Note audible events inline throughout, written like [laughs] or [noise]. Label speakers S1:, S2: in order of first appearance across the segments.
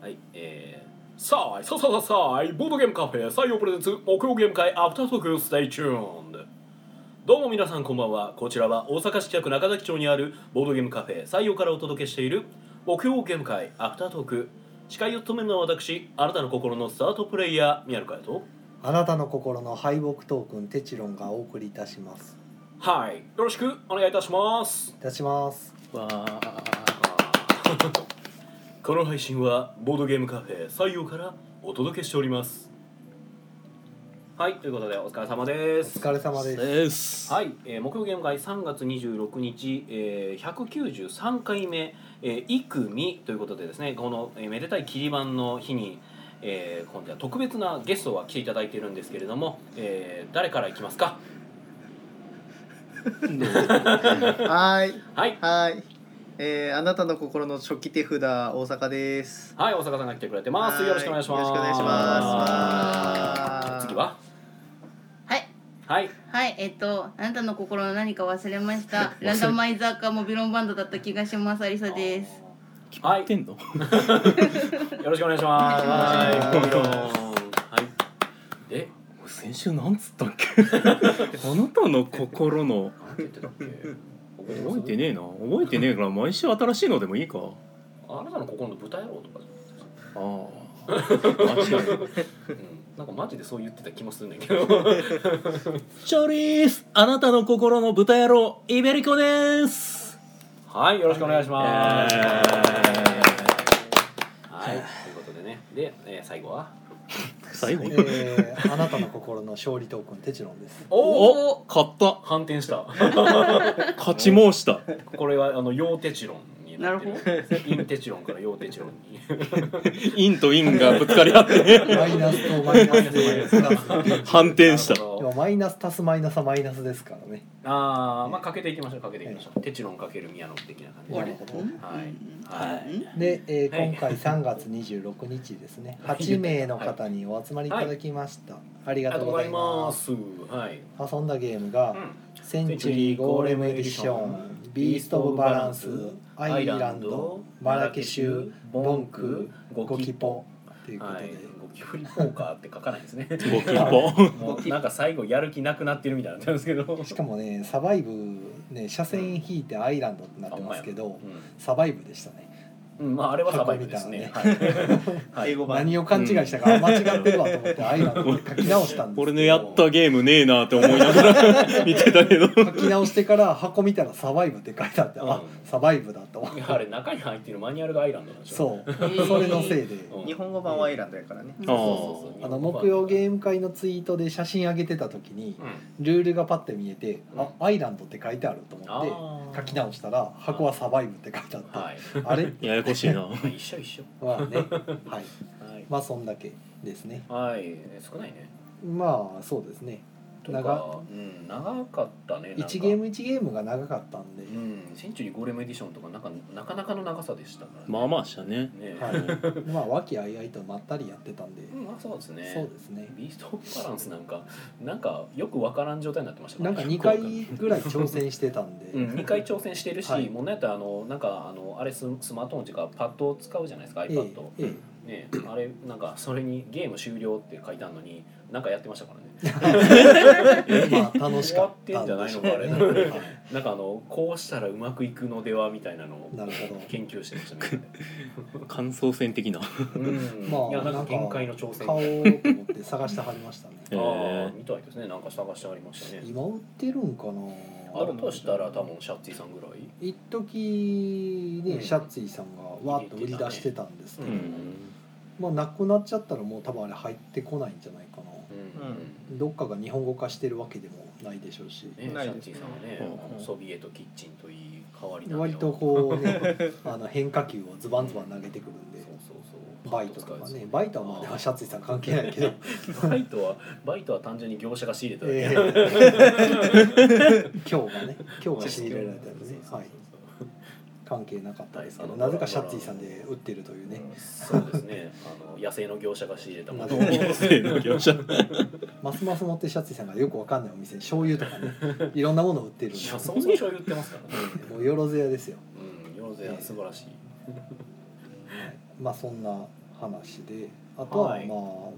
S1: はいえ
S2: さあいさあさあさあさあいボードゲームカフェ採用プレゼンツ木曜ゲーム会アフタートークステイチューンどうも皆さんこんばんはこちらは大阪市北区中崎町にあるボードゲームカフェ採用からお届けしている木曜ゲーム会アフタートーク司会を務めるのは私あなたの心のスタートプレイヤー宮野佳代と
S3: あなたの心の敗北トークンテチロンがお送りいたします
S2: はいよろしくお願いいたします
S3: いたします
S1: ー、わあ
S2: [laughs] この配信はボードゲームカフェ採用からお届けしておりますはいということでお疲れ様で
S3: お
S2: す
S3: 疲れ様です
S1: です
S2: はい、えー、木曜ゲーム会3月26日、えー、193回目「えー、イクミ」ということでですねこの、えーめでたい切り番の日に、えー、今度は特別なゲストが来ていただいているんですけれども、えー、誰からいきますか
S4: はい
S2: はい
S4: はい、えー、あなたの心の初期手札大阪です
S2: はい大阪さんが来てくれてます
S4: はい
S2: よろしくお願いします
S4: よろしくお願いします
S2: 次は
S5: はい。
S2: はい
S5: はい、えっと、あなたの心の何か忘れ
S3: [laughs]
S5: ました。ランダマイザーかモビロンバンドだった気がします。ありさです。
S2: はい
S1: 言ってんの
S2: よろしくお願いします。はい、
S4: はい
S2: ゴリロンはい。で、
S1: 先週なんつったっ [laughs] けあなたの心の
S2: なんて言ってたっけ。
S1: 覚えて
S2: ね。
S1: ねえな覚えてねえから毎週新しいのでもいいか
S2: あなたの心の豚野郎とか。
S1: ああ間違え
S2: う
S1: た
S2: ん、なんかマジでそう言ってた気もするんだけど。 [laughs]
S1: チョリースあなたの心の豚野郎イベリコです
S2: はい、よろしくお願いします。
S1: イエーイ
S2: はい、ということでね、で、えー、最後は。
S1: 最後
S3: えー、あなたの心の勝利トークンテチロンです
S2: おお、
S1: お勝った
S2: 反転した。 [laughs]
S1: 勝ち申した
S2: これはあの陽テチロンになって
S5: な
S2: る。 [laughs] 陰テチロンから陽テチロン [laughs] に。
S1: 陰と陰がぶつかり合って
S3: マイナスとマイナスでプラス
S2: [laughs]
S1: 反転した
S2: なるほ
S3: で
S2: ど
S3: もマイナス足すマイナスはマイナスですからね
S2: ああ、まあ、かけていきましょう、かけていきましょう。テチロンかける宮野的な感じ
S3: な
S2: で
S3: る
S2: ね。
S3: ほど
S2: はい。
S1: はい
S5: うん
S3: で、えー
S2: はい
S3: 今回3月26日ですね8名の方にお集まりいただきました、あり
S2: あ
S3: がとうございます
S2: りがとうございますはい。
S3: 遊んだゲームが、
S2: う
S3: センチュリーゴーレムエディションビースト・オブ・バランスアイランドマラケシュボンクゴキポとい
S2: ん。
S3: うことで、
S2: はい。ゴキブリポーカーって書かないです
S3: [laughs]
S2: ね。
S1: ゴキポ
S2: もうなんか最後やる気なくなってるみたいになってるんですけど。
S3: [laughs] しかもねサバイブね車線引いてアイランドってなってますけど、サバイブでしたね
S2: うん、うん、まああれはサバイブですね。
S3: 過
S2: はい。
S4: 英語版
S3: 何を勘違いしたか、間違ってるわと思ってアイラ
S2: [laughs]
S3: ンドって書き直したんです
S1: 俺のやったゲームねえなって思いながら見てたけど
S3: 書き直してから箱見たらサバイブって書いてあって、
S2: うん
S3: あサバイブだと思って
S2: いやあれ中に入ってるマニュアルがアイランドなんでしょ。
S3: そうそれのせいで、
S2: うん
S4: 日本語版はアイランドやからね
S5: うん
S1: あー
S2: そうそうそう
S3: あの木曜ゲーム会のツイートで写真上げてた時に、
S2: うん
S3: ルールがパッて見えて「
S2: うん
S3: あアイランド」って書いてあると思
S2: あ
S3: って
S2: ー
S3: 書き直したら箱は「サバイブ」って書いてあって、
S2: はい。
S3: あれ
S1: ややこしいな
S2: まあ一緒一緒。
S3: まあねはい
S2: はい。
S3: まあそんだけですね
S2: はい。少ないね。
S3: まあそうですね
S2: とか
S3: 長、
S2: うん、長かったね。なんか
S3: 1ゲーム1ゲームが長かったんで、
S2: うん、センチュリーゴーレムエディションとかなんかなかなかの長さでしたから、ね。
S1: まあまあしたね
S2: ね、
S3: はいまあ和気あいあいとまったりやってたんで、
S2: うん、まあそうですね。
S3: そうですね
S2: ビーストオブバランスなんかなんかよくわからん状態になってました
S3: なん
S2: ね
S3: か2回ぐらい挑戦してたんで、
S2: うん、2回挑戦してるし、
S3: はい
S2: もうなんやったらあのなんかあのあれススマートフォンとかパッドを使うじゃないですか
S3: ええ
S2: iPad を、
S3: え
S2: ねあれなんかそれにゲーム終了って書いてあるのになんかやってましたからね
S3: [laughs] えまあ楽しかったんでしょうね
S2: 終わってんじゃないのかあれ
S3: はい
S2: なんかあのこうしたらうまくいくのではみたいなのを
S3: なるほど
S2: 研究してましたね
S1: 感想戦的な
S2: うん、
S3: まあ
S2: いやなん
S3: な
S2: か
S3: んか
S2: 限界の挑戦
S3: 買おうと思って探してはりまし
S2: [laughs]
S3: たね
S1: え
S2: ああ
S1: ー
S2: みたいですねなんか探してありましたね
S3: 今売ってるんかな
S2: あるとしたら多分シャッツィさんぐらい
S3: 一時ね、
S2: うん
S3: シャッツィさんがわーっと売り出してたんですけ
S1: う
S3: ど、
S1: ん
S3: まあなくなっちゃったらもう多分あれ入ってこないんじゃないかな
S2: う
S3: どっかが日本語化してるわけでもないでしょうし、
S2: んね、
S4: ない
S2: シャッ
S4: で
S2: チ
S4: す
S2: ー
S4: ね
S2: さんはね、
S1: うん
S2: あのソビエトキッチンといい代わりな
S3: 割とこうねあの変化球をズバンズバン投げてくるん
S2: そう
S3: で、
S2: そうそう
S3: バイトとかねバイトはまあでもシャッツィさん関係ないけど、
S2: バイトはバイトは単純に業者が仕入れただけ、 [laughs]
S3: えー今日がね今日が仕入れられたん
S2: そう
S3: でね、
S2: そうそう
S3: はい、関係なかったですけ
S2: は
S3: ど
S2: い
S3: なぜかシャッツィさんで売ってるというね
S2: そうそうですねあの野生の業者が仕入れたものを
S3: なるほ
S1: [laughs] 妖精の業者
S3: ますます持ってシャツイさんがよくわかんないお店醤油とかねいろんなものを売ってるんで
S2: いやそもそもそう言ってますからね
S3: もうよろずやですよ、
S2: うんヨロゼは素晴らしい、
S3: まあそんな話であとはまあ、
S2: はい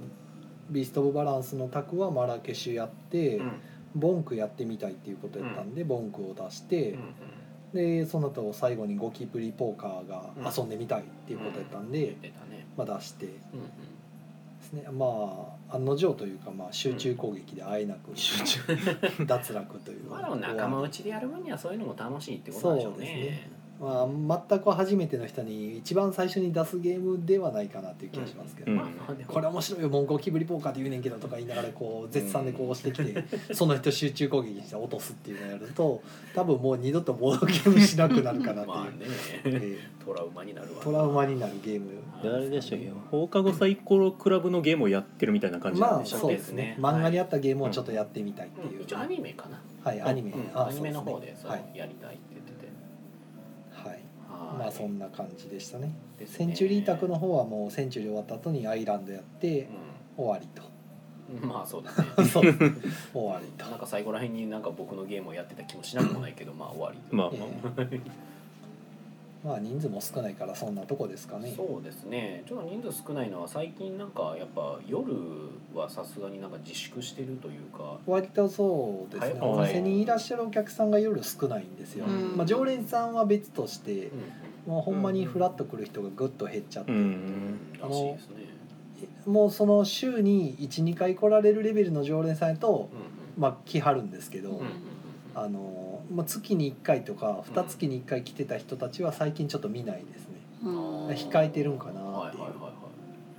S3: ビースト・オブ・バランスの卓はマラケシュやって、
S2: うん
S3: ボンクやってみたいっていうことやったんで、ボンクを出して、
S2: うん
S3: でその後最後にゴキブリポーカーが遊んでみたいっていうことやったんで、
S2: 言ってたね
S3: まあ、出してで
S2: うんうん
S3: すねまあ案の定というか、まあ、集中攻撃であえなく、脱落
S2: [laughs]
S3: という
S2: まあでも仲間内でやる分にはそういうのも楽しいってこと
S3: そ
S2: な
S3: うんで
S2: でし
S3: す
S2: ょうね
S3: ね。まあ、全く初めての人に一番最初に出すゲームではないかなっていう気がしますけど、
S2: ま
S1: うん
S2: あまあでも
S3: これ面白いよもうゴキブリポーカーって言うねんけどとか言いながらこう絶賛でこう押してきて、 [laughs] その人集中攻撃して落とすっていうのをやると多分もう二度とボードゲームしなくなるかなっていう、
S2: まあね
S3: え
S2: トラウマになる
S3: ー
S2: わ
S3: トラウマになるゲーム
S1: であれでしたっけ放課後サイコロクラブのゲームをやってるみたいな感じなん
S3: まあ
S1: でしたっ
S3: そう
S1: け、
S3: ですね漫画にあったゲームをちょっとやってみたいって
S2: う
S3: い
S2: ん
S3: う、
S2: 一応アニメかな
S3: はいアニメ、
S2: うん
S3: あ
S2: アニメの方でそ
S3: そうですね
S2: うやりたいって言ってて
S3: はい、は
S2: は
S3: い、
S2: い
S3: まあそんな感じでしたね
S2: ですね
S3: センチュリー宅の方はもうセンチュリー終わった後にアイランドやって終わりと [laughs]
S2: うんまあそうだね [laughs]
S3: そう終わりと
S2: なんか最後らへんになんか僕のゲームをやってた気もしなくもないけどまあ終わり
S1: まあ
S3: ええまあ人数も少ないからそんなとこですかね
S2: そうですねちょっと人数少ないのは最近なんかやっぱ夜はさすがになんか自粛してるというか
S3: 割とそうですね、
S2: はい
S3: お店にいらっしゃるお客さんが夜少ないんですよ、
S5: うん
S3: まあ、常連さんは別として、
S2: う
S3: もうほんまにフラッと来る人がぐっと減っちゃって、
S1: うんうん
S2: ん
S3: あの
S2: らしいですね
S3: もうその週に12回来られるレベルの常連さんやと、
S2: う
S3: まあ、来はるんですけど、
S2: んうんうん
S3: あのまあ、月に1回とか2月に1回来てた人たちは最近ちょっと見ないですね
S5: うん
S3: 控えてるんか
S2: うん
S3: な
S2: は
S3: っ
S2: い
S3: てい
S2: は
S3: う
S2: いはいはい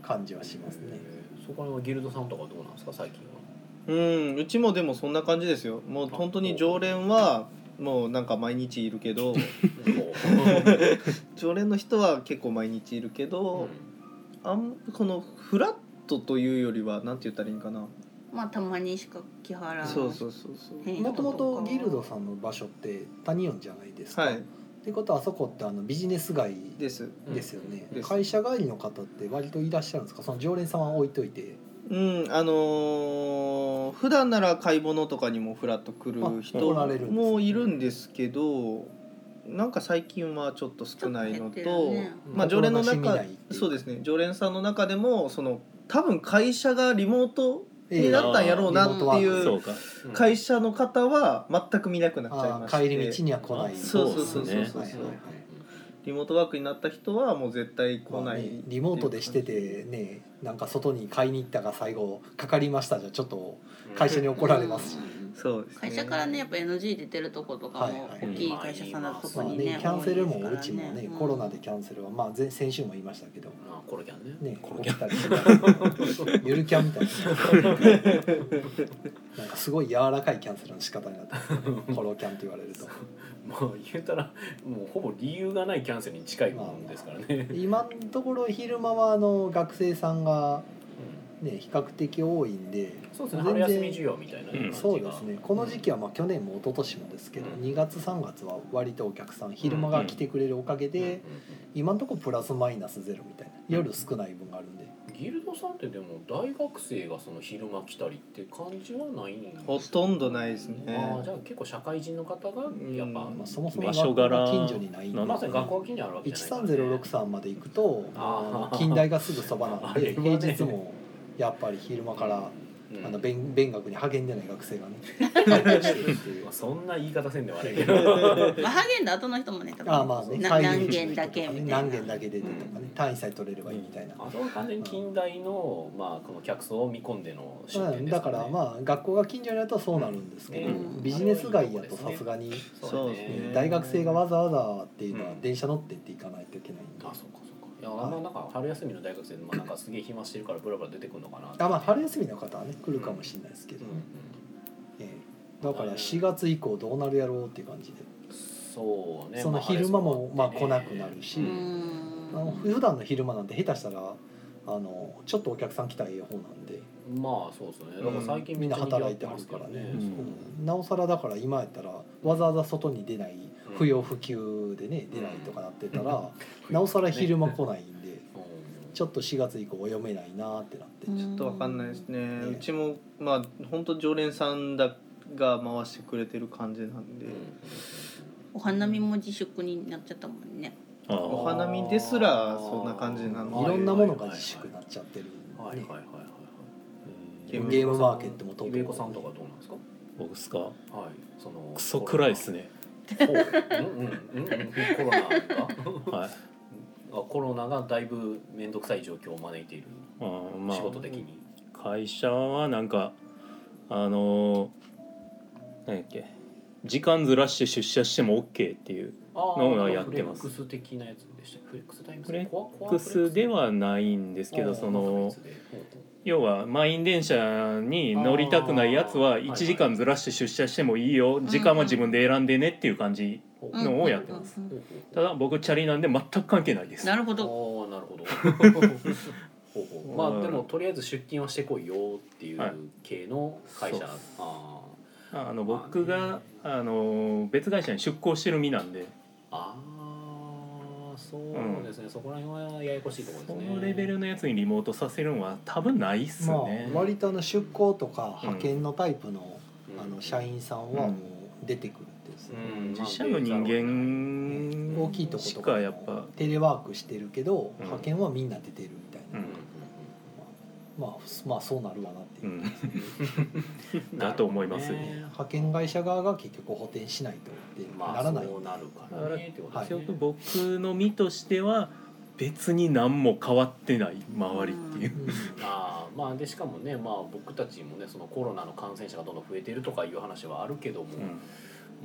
S3: 感じはしますね。
S2: へーそこら辺はギルドさんとかどうなんですか最近は
S4: うんうちもでもそんな感じですよもう本当に常連はもうなんか毎日いるけ [laughs] ど常連の人は結構毎日いるけ
S2: うん
S4: ど、あんこのフラットというよりはなんて言ったらいいんかな、
S5: まあたまにしか木原
S4: そうそうそうそう
S3: もともとギルドさんの場所ってタニオンじゃないですか。
S4: は
S3: って
S4: い
S3: ことはあそこってあのビジネス街
S4: です
S3: ですよね、
S4: です
S3: 会社帰りの方って割といらっしゃるんですかその常連さんは置いといて
S4: うんあのー普段なら買い物とかにもフラッと来る
S3: あお
S4: 人
S3: られるんですね
S4: もいるんですけどなんか最近はちょっと少ないの
S5: ちょっと減っ
S4: と
S5: てるね
S4: まあ常連の
S3: 心なしみな
S4: 中
S3: いってい
S4: そうですね常連さんの中でもその多分会社がリモート
S3: ええ
S4: になったんやろうなってい
S3: あー
S1: そううか
S2: うん
S4: 会社の方は全く見なくなっちゃい
S3: あ
S4: ま
S3: あ帰り
S4: し
S3: 道
S4: て
S3: には来ない
S4: そうそうそうそうそう
S3: はいはいはい
S4: リモートワークになった人はもう絶対来
S3: まあ
S4: な
S3: ね
S4: い
S3: リモートでしててねなんか外に買いに行ったが最後かかりましたじゃちょっと会社に怒られますし、
S4: そうですね
S5: 会社からねやっぱ NG 出てるとことかも
S3: はいはい
S5: 大きい会社さんだと
S3: ま
S5: 特
S3: あ
S5: に
S3: ね
S5: ね
S3: キャンセル
S5: 多
S3: も
S5: いで
S3: う
S5: す
S3: ち
S5: から
S3: も
S5: ね
S3: ね
S5: うん
S3: コロナでキャンセルはまあ前先週も言いましたけど
S2: あコロキャンね
S3: ね
S1: コロ
S3: 起
S1: キャ
S3: きたりしてゆるキャンみたいななんかすごい柔らかいキャンセルの仕方になってますコロキャンって言われると。
S2: まあ言うたらもうほぼ理由がないキャンセルに近いもんですからね、
S3: 今のところ昼間はあの学生さんが、ね、比較的多いんで
S2: そうですね
S3: 全
S2: 春
S3: 然
S2: 休み需要みたいなね、
S1: う
S2: 感
S1: ん
S2: じが
S3: そうですねこの時期はまあ去年も一昨年もですけど、
S2: うん
S3: 2月3月は割とお客さん昼間が来てくれるおかげで、今のところプラスマイナスゼロみたいな夜少ない分があるんで、
S2: ギルドさんってでも大学生がその昼間来たりって感じはないんですか
S4: ほとんどないですね
S2: ああじゃあ結構社会人の方がやっぱ、
S4: うん
S3: まあ、そもそも
S1: 場所柄
S3: 学校が近所にないんで、
S1: なん
S2: ま
S1: で
S2: さに学校近にあるわけじゃないからね
S3: 13063まで行くと
S2: あー
S3: あの近代がすぐそばなんで、
S2: あれは
S3: 平
S2: ね
S3: 日もやっぱり昼間から
S2: うん
S3: あの勉勉学に励んでない学
S2: [laughs]
S3: 生がね入ってきてるっていう
S2: まあ、そんな言い方せんではないけ
S3: [laughs]
S2: ど
S4: [laughs]
S5: まあハーゲンダ後の人もね多分
S3: ああまあね、
S5: な
S3: 会
S5: 何
S3: 議
S5: 件だけみたい
S3: 何
S5: な
S3: 件だけ出てとかね、単位さえ取れればいいみたいな、
S2: あとは完全に近代の、まあ、この客層を見込んでの出
S3: う
S2: 店で
S3: ん
S2: す
S3: だ
S2: か、
S3: から
S2: ね、
S3: らまあ学校が近所にあるとそうなるんですけど、
S2: うん
S3: ビジネス街やとさすがに、
S2: そうです
S4: そうです
S2: ね
S4: ね
S3: 大学生がわざわざっていうのは
S2: うん
S3: 電車乗ってって行かないといけないんで、
S2: あそうかそうかいやあんまなんか春休みの大学生でもなんかすげえ暇してるからブラブラ出てくるのかなって
S3: あまあ春休みの方はね来るかもしれないですけ
S2: う
S3: ど、
S2: ん
S3: ええだから4月以降どうなるやろうっていう感じで、
S2: うんそうね
S3: その昼間もまあ来なくなるし、
S2: う
S5: うん
S3: あの
S5: ん
S3: 普段の昼間なんて下手したらあのちょっとお客さん来たらええ方なんで。
S2: まあそうですねだから最近
S3: みんな
S2: めっちゃ賑
S3: 働
S2: わ
S3: いては
S2: ま
S3: る
S2: す
S3: からね、
S2: けど
S1: うん
S3: うんなおさらだから今やったらわざわざ外に出ない不要不急で
S2: う
S3: ね、
S2: ん
S3: 出ないとかなってたら、 [laughs] なおさら昼間来ないんで、
S2: うん
S3: ちょっと4月以降は読めないなってなって、
S5: うん
S4: ちょっとわかんないですね、
S3: うん
S4: うちもまあ本当常連さんだが回してくれてる感じなんで、
S2: うん
S5: お花見も自粛になっちゃったもんね
S2: ああ
S4: お
S2: は
S4: 花見ですらそんな感じなの
S3: いろんなものが自粛になっちゃってる、
S2: いはいはいはい
S4: ゲ
S2: え
S4: ーム
S3: ゲームマーケットも東京
S2: イベコさんとかどうなんですか
S1: 僕っすか
S2: はいその
S1: クソ暗いっすね
S2: ほ
S1: [laughs]
S2: ううんうんうんうんコロナが
S1: はい
S2: あコロナがだいぶ面倒くさい状況を招いている、
S1: うんまあ
S2: 仕事的に
S1: 会社はなんかあのー、なんやっけ時間ずらして出社しても OK っていう
S2: の
S1: がやってます
S2: フレックス的なやつでしたフレックスタイムズ
S1: フレッ
S2: コアコア
S1: フックスではないんです
S2: す
S1: けどその要は満員電車に乗りたくないやつは
S2: あー
S1: 1時間ずらして出社してもいいよ
S5: ん
S1: 時間は自分で選んでねっていう感じのをやってます
S5: うんうんうん
S1: ただ僕チャリなんで全く関係ないで
S5: うん
S1: す
S5: なるほ
S2: ああ
S5: ど
S2: なる
S1: [laughs]
S2: ほどほうほうま
S1: う
S2: あ
S1: ん
S2: でもとりあえず出勤はしてこいよっていう
S1: はい
S2: 系の会
S1: そ
S2: 社
S1: う
S2: あ
S1: あの僕
S2: まあ
S1: が
S2: ね
S1: あの別会社に出向してる身なんで
S2: ーあーそうですね、そこら辺はややこしいところで
S1: そ
S2: すね
S1: のレベルのやつにリモートさせるのは多分ないっすね、
S3: まあ、割とあの出向とか
S1: うん
S3: 派遣のタイプの,、
S2: うん
S3: あの社員さんはもう出てくるってですね、
S2: うん
S1: 実社の人間
S3: 大きいとこと
S1: し
S3: か
S1: か
S3: も
S1: やっぱ
S3: テレワークしてるけど、
S1: うん
S3: 派遣はみんな出てるみたいな、
S1: う
S2: うんん
S3: まあ、まあそうなるわなっていうう、
S1: んだと思いますよね
S3: 派遣会社側が結局補填しないとって
S2: ま
S3: な
S2: あ
S3: らない、
S2: そうなるか
S1: だ
S2: ら
S1: から
S2: ねってことです
S1: 結
S2: ね
S1: 局僕の身としては別に何も変わってない周りっていううん
S2: あーまあでしかもね、まあ、僕たちもねそのコロナの感染者がどんどん増えてるとかいう話はあるけども、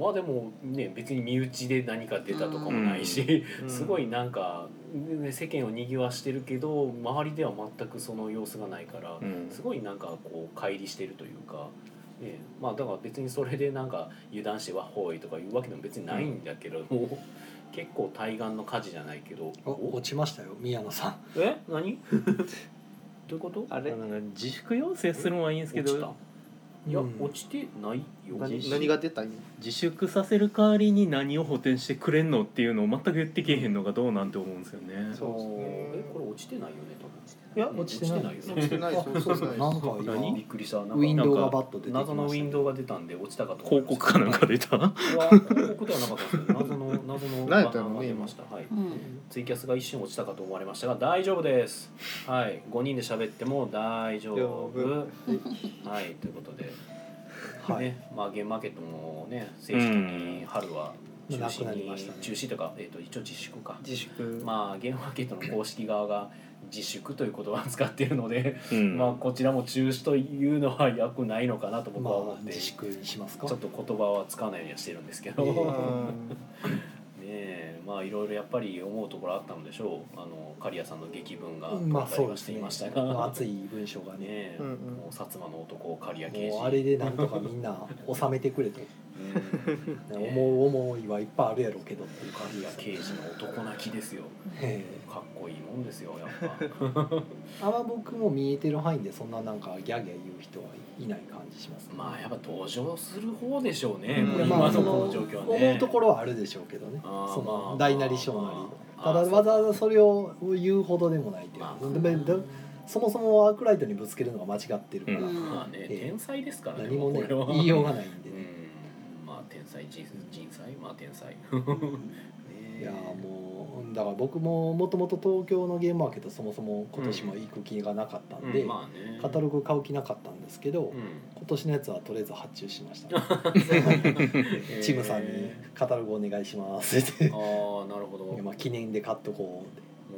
S2: まあでもね別に身内で何か出たとかもないし、
S4: う
S2: [laughs]
S4: ん
S2: すごいなんか、ね、世間をにぎわしてるけど周りでは全くその様子がないから、
S1: うんうん
S2: すごいなんかこう乖離してるというか。ね、まあだから別にそれでなんか油断してわっほいとかいうわけでも別にないんだけれども、結構対岸の火事じゃないけど
S3: お落ちましたよ宮野さん
S2: え
S3: [laughs]
S2: 何どういうこと
S4: あれ
S1: なんか自粛要請するのはいいんですけ
S2: 落ちた
S1: ど
S2: いや、
S3: うん
S2: 落ちてないよ
S4: 何何が出た今
S1: 自粛させる代わりに何を補填してくれんのっていうのを全く言ってけえへんのがどうなんて思うんですよね
S4: そうですね
S2: えこれ落ちてないよね
S4: いや
S2: 多分
S3: 落ちてない
S2: 落ちて
S4: 落ちて
S3: [laughs]
S4: ないです
S3: あ
S4: 落ちてない
S3: なん
S4: で
S3: か
S2: ないよ
S3: 今
S2: びっくりしたなんか
S3: ウィンドウが
S1: なんか
S3: バッと出てきました
S2: 謎のウィンドウが出たんで落ちたかと思い
S1: 広
S2: ました
S1: 告かなんか出た
S2: うわ広告ではなかったですけど謎の謎の
S4: [laughs] 何やったの
S2: バナーが出ましたはい
S5: うん
S2: ツイキャスが一瞬落ちたかと思われましたが大丈夫ですはい5人で喋っても大丈夫
S4: 大丈
S2: はいということで、
S3: [laughs] はい、
S2: ねまあゲームマーケットもね正式に春は中
S3: なく
S2: 止
S3: なり
S2: に、
S3: ましたね
S2: 中止というか、えー、と一応自粛か
S4: す自粛
S2: まあゲームマーケットの公式側が自粛という言葉を使っているので、
S1: うん
S2: まあこちらも中止というのは良くないのかなと僕
S3: ま
S2: は思っ
S3: あ
S2: て、
S3: 自粛にしますか
S2: ちょっと言葉は使わないようにはしてるんですけど、
S3: え
S4: う
S3: ー
S4: ん
S2: ねえまあいろいろやっぱり思うところあったのでしょうあの刈谷さんの劇文が
S3: まあ
S2: 語
S3: そ
S2: り
S3: う
S2: は
S3: で
S2: し
S3: す
S2: てい
S3: ね
S2: ましたが、
S3: まあ熱い文章が
S2: ね
S3: ね
S2: え
S4: うんうん
S2: もう薩摩の男刈谷刑事
S3: もうあれでなんとかみんな収めてくれと、ね、
S2: うんねえ
S3: 思う思いはいっぱいあるやろうけどっていう感
S2: 刈谷
S3: じですね
S2: 刑事の男泣きですよ
S3: ええ
S2: かっこいいもんですよやっぱ。
S3: あんま僕も見えてる範囲でそんななんかギャギャ言う人はいない感じします、ね
S2: まあやっぱ同情する方でしょうね、
S4: うん
S2: こ
S3: い
S2: れ
S3: や
S2: 今
S3: まあ
S2: の
S3: そ
S2: こ
S3: の
S2: の状況はね
S3: 思うところはあるでしょうけどねそ
S2: あーまあまあ
S3: の大なり小なり
S2: まあ
S3: ただわざわざそれを言うほどでもないという
S2: ま
S3: か
S2: あ
S3: ででそもそもワークライトにぶつけるのが間違ってるから、
S1: うん
S2: まあね、
S3: ええ
S2: 天才ですからね
S3: 何もね
S2: これは
S3: 言いようがないんで
S2: う
S3: ね、
S2: んまあ天才人人才まあ天才ねえ
S3: いやーもうだから僕ももともと東京のゲームマーケットそもそも今年も行く気がなかったんで、
S2: うんまあ [laughs] ね
S3: カタログ買う気なかったんですけど、
S2: うん
S3: 今年のやつはとりあえず発注しました、
S2: [laughs]
S3: チムさんに
S2: え
S3: 「カタログお願いします」って
S2: ー、ああなるほども
S3: まあ記念で買っとこ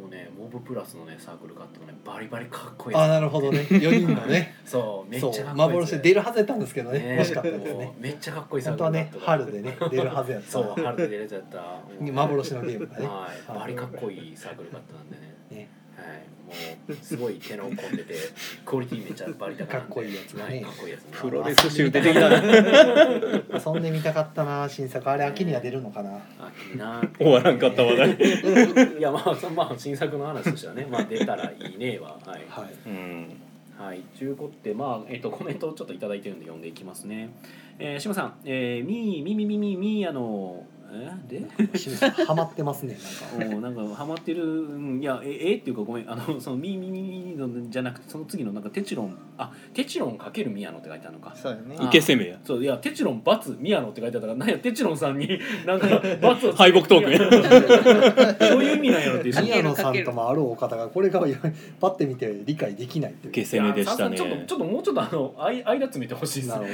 S3: う
S2: うねモブプラスのねサークル買ってもねバリバリかっこいいや
S3: ああなるほ
S2: [laughs]
S3: どね4人のね
S2: つそうめっち
S3: そ
S2: ゃかっこいいや
S3: う
S2: つ
S3: 幻で出るはずやったんですけどね
S2: ね
S3: 惜しかったですね
S2: もうめっちゃかっこいいサークル
S3: 本当は
S2: だ
S3: ね
S2: ったから
S3: 春でね出るはずやった
S2: そう春で出れちゃったもう
S3: 幻のゲームがね
S2: はい、バリかっこいいサークルだったんでね。
S3: ね
S2: はい、もうすごい手の込んでて、クオリティめっちゃバリ高なんで
S3: かっこいいやつだね
S2: はいかっこいいやつね。
S1: プロレス集出てきたな
S3: [laughs] 遊んでみたかったな新作あれ秋には出るのかな
S2: あ、いいな。
S1: 終わらんかった話題、
S2: いや、まあ、そまあ、新作の話としてはね、まあ、出たらいいねは、はい。
S3: はい
S1: うん
S2: はい、ちゅうことで、まあ、えっ、と、コメントをちょっといただいてるんで、読んでいきますね。えー、しまさん、えー、みー、みみみみみーやの。ええ
S1: [laughs]
S2: で
S3: 清水さんハマってますねなんか
S2: おなんかハマってるうんいやええっていうかごめんあのそのミーミーミーミーのじゃなくてその次のなんかテチロンあテチロンかけるミヤノって書いてあるのか
S4: そうやね
S2: あ
S1: イケセメや
S2: そういやテチロンバツミヤノって書いてあったからなんやテチロンさんになん
S1: [laughs]
S2: かバツを
S1: 敗北トークね
S2: クそういう意味なんやろって
S1: [laughs]
S2: いう
S5: かける
S3: 宮野さんともあるお方がこれがやパッて見て理解できないってい
S1: イ
S3: う
S1: ケセメでし
S2: い
S1: た
S2: やさすがにちょっ
S1: ね
S2: とちょっともうちょっとあのあい間つめてほしいです
S3: なる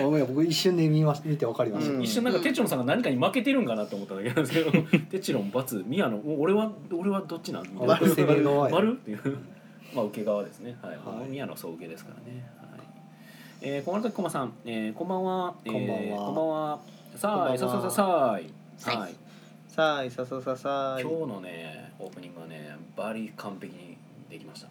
S3: ほど。ごめん僕一瞬で見ま見てわかりました。
S4: うん
S2: 一瞬なんかテチロンさんが何かに負けてるんかなと思っただけなんですけどテチロンバツミヤノお俺は俺はどっちなんみたいな
S3: 丸攻めの
S2: 丸っていうまあ受け側ですねはい、
S3: はい
S2: 宮野総受けですからねはいえー、小丸崎駒さん、えー、こんばんは、えー、
S3: こんばんは
S2: こんばんはさ
S4: こんば
S2: あ
S4: んはい
S2: さあさあさあい
S5: はい
S2: はい
S4: さあいささささあい
S2: 今日のねオープニングはねバリ完璧にできました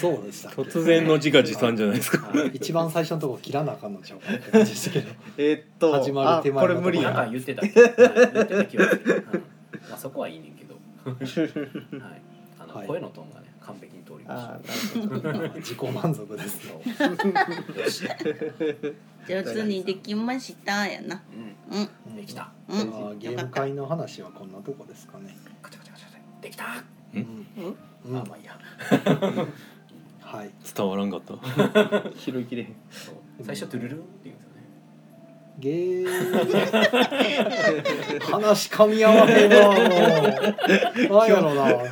S3: そうでしたっけ。
S1: 突然の自画自賛じゃな
S2: [laughs]
S1: いですか
S2: はい
S3: 一番最初のとこ切らなあかんのちゃうかなって感じでし
S2: [laughs]
S3: たけど。
S4: えーっと
S3: 始まる手前
S4: あ
S3: の
S4: これ無理
S2: なん
S4: や
S2: か言ってた、はい言ってた気はする、はいまあ、そこはいいねんけど、はいあの
S3: はい
S2: 声のトーンがね完璧に通りました
S4: あーなるほど
S3: 自己満足ですよ。
S5: 上手にできましたやなうん
S2: うんできた
S5: う
S3: ま
S5: ん
S3: あゲーム会の話はこんなとこですかね。
S2: カチャカチャカチャカチャできた、
S1: うん
S5: うん
S3: うん
S2: あまあいいや
S3: はい。
S1: 伝わらんかった [laughs]
S4: 拾いきれへん
S2: そう最初トゥルルンって言うんですよね
S3: ゲーム [laughs] 話噛み合わへんな。もうなんやろな。
S4: 今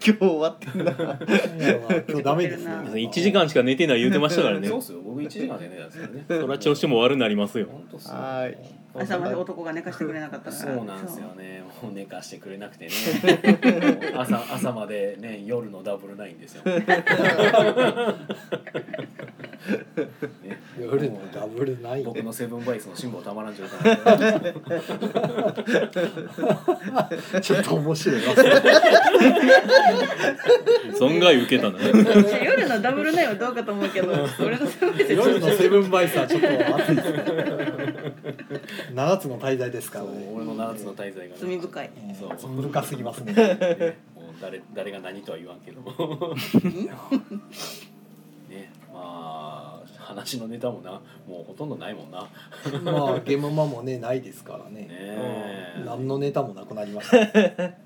S4: 日終わってんな
S3: なんやろな今日ダメですね。
S1: 1時間しか寝てない言うてましたからね
S2: そうっ
S1: そ
S2: すよ僕1時間で寝たんですから
S1: [laughs]
S2: ね
S1: りゃ調子も悪なりますよ
S2: 本当っすよ
S4: はーい
S5: 朝まで男が寝かしてくれなかったか
S2: そ
S5: ら
S2: うなんですよねもう寝かしてくれなくてねもう朝朝までね夜のダブルナイン [laughs] ですよね
S3: 夜のダブルない。
S2: 僕のセブンバイスの辛抱たまらん状態なんで [laughs]
S3: ちょっと面白いな。
S2: [laughs]
S1: 損害受け
S2: [laughs]
S1: たな
S5: そう夜のダブルナインはどうかと思うけど俺のすごい
S3: 夜のセブンバイスはちょっと熱いですね。7つの滞在ですから
S2: そう
S3: ね。
S2: 俺の7つの滞在がね
S5: 罪深い
S3: えー
S2: そう
S3: 深すぎますね。
S2: ねもう誰誰が何とは言わんけどねまあ話のネタもなもうほとんどないもんなね
S3: まあゲームマもねないですからね。
S2: え
S3: 何のネタもなくなりました。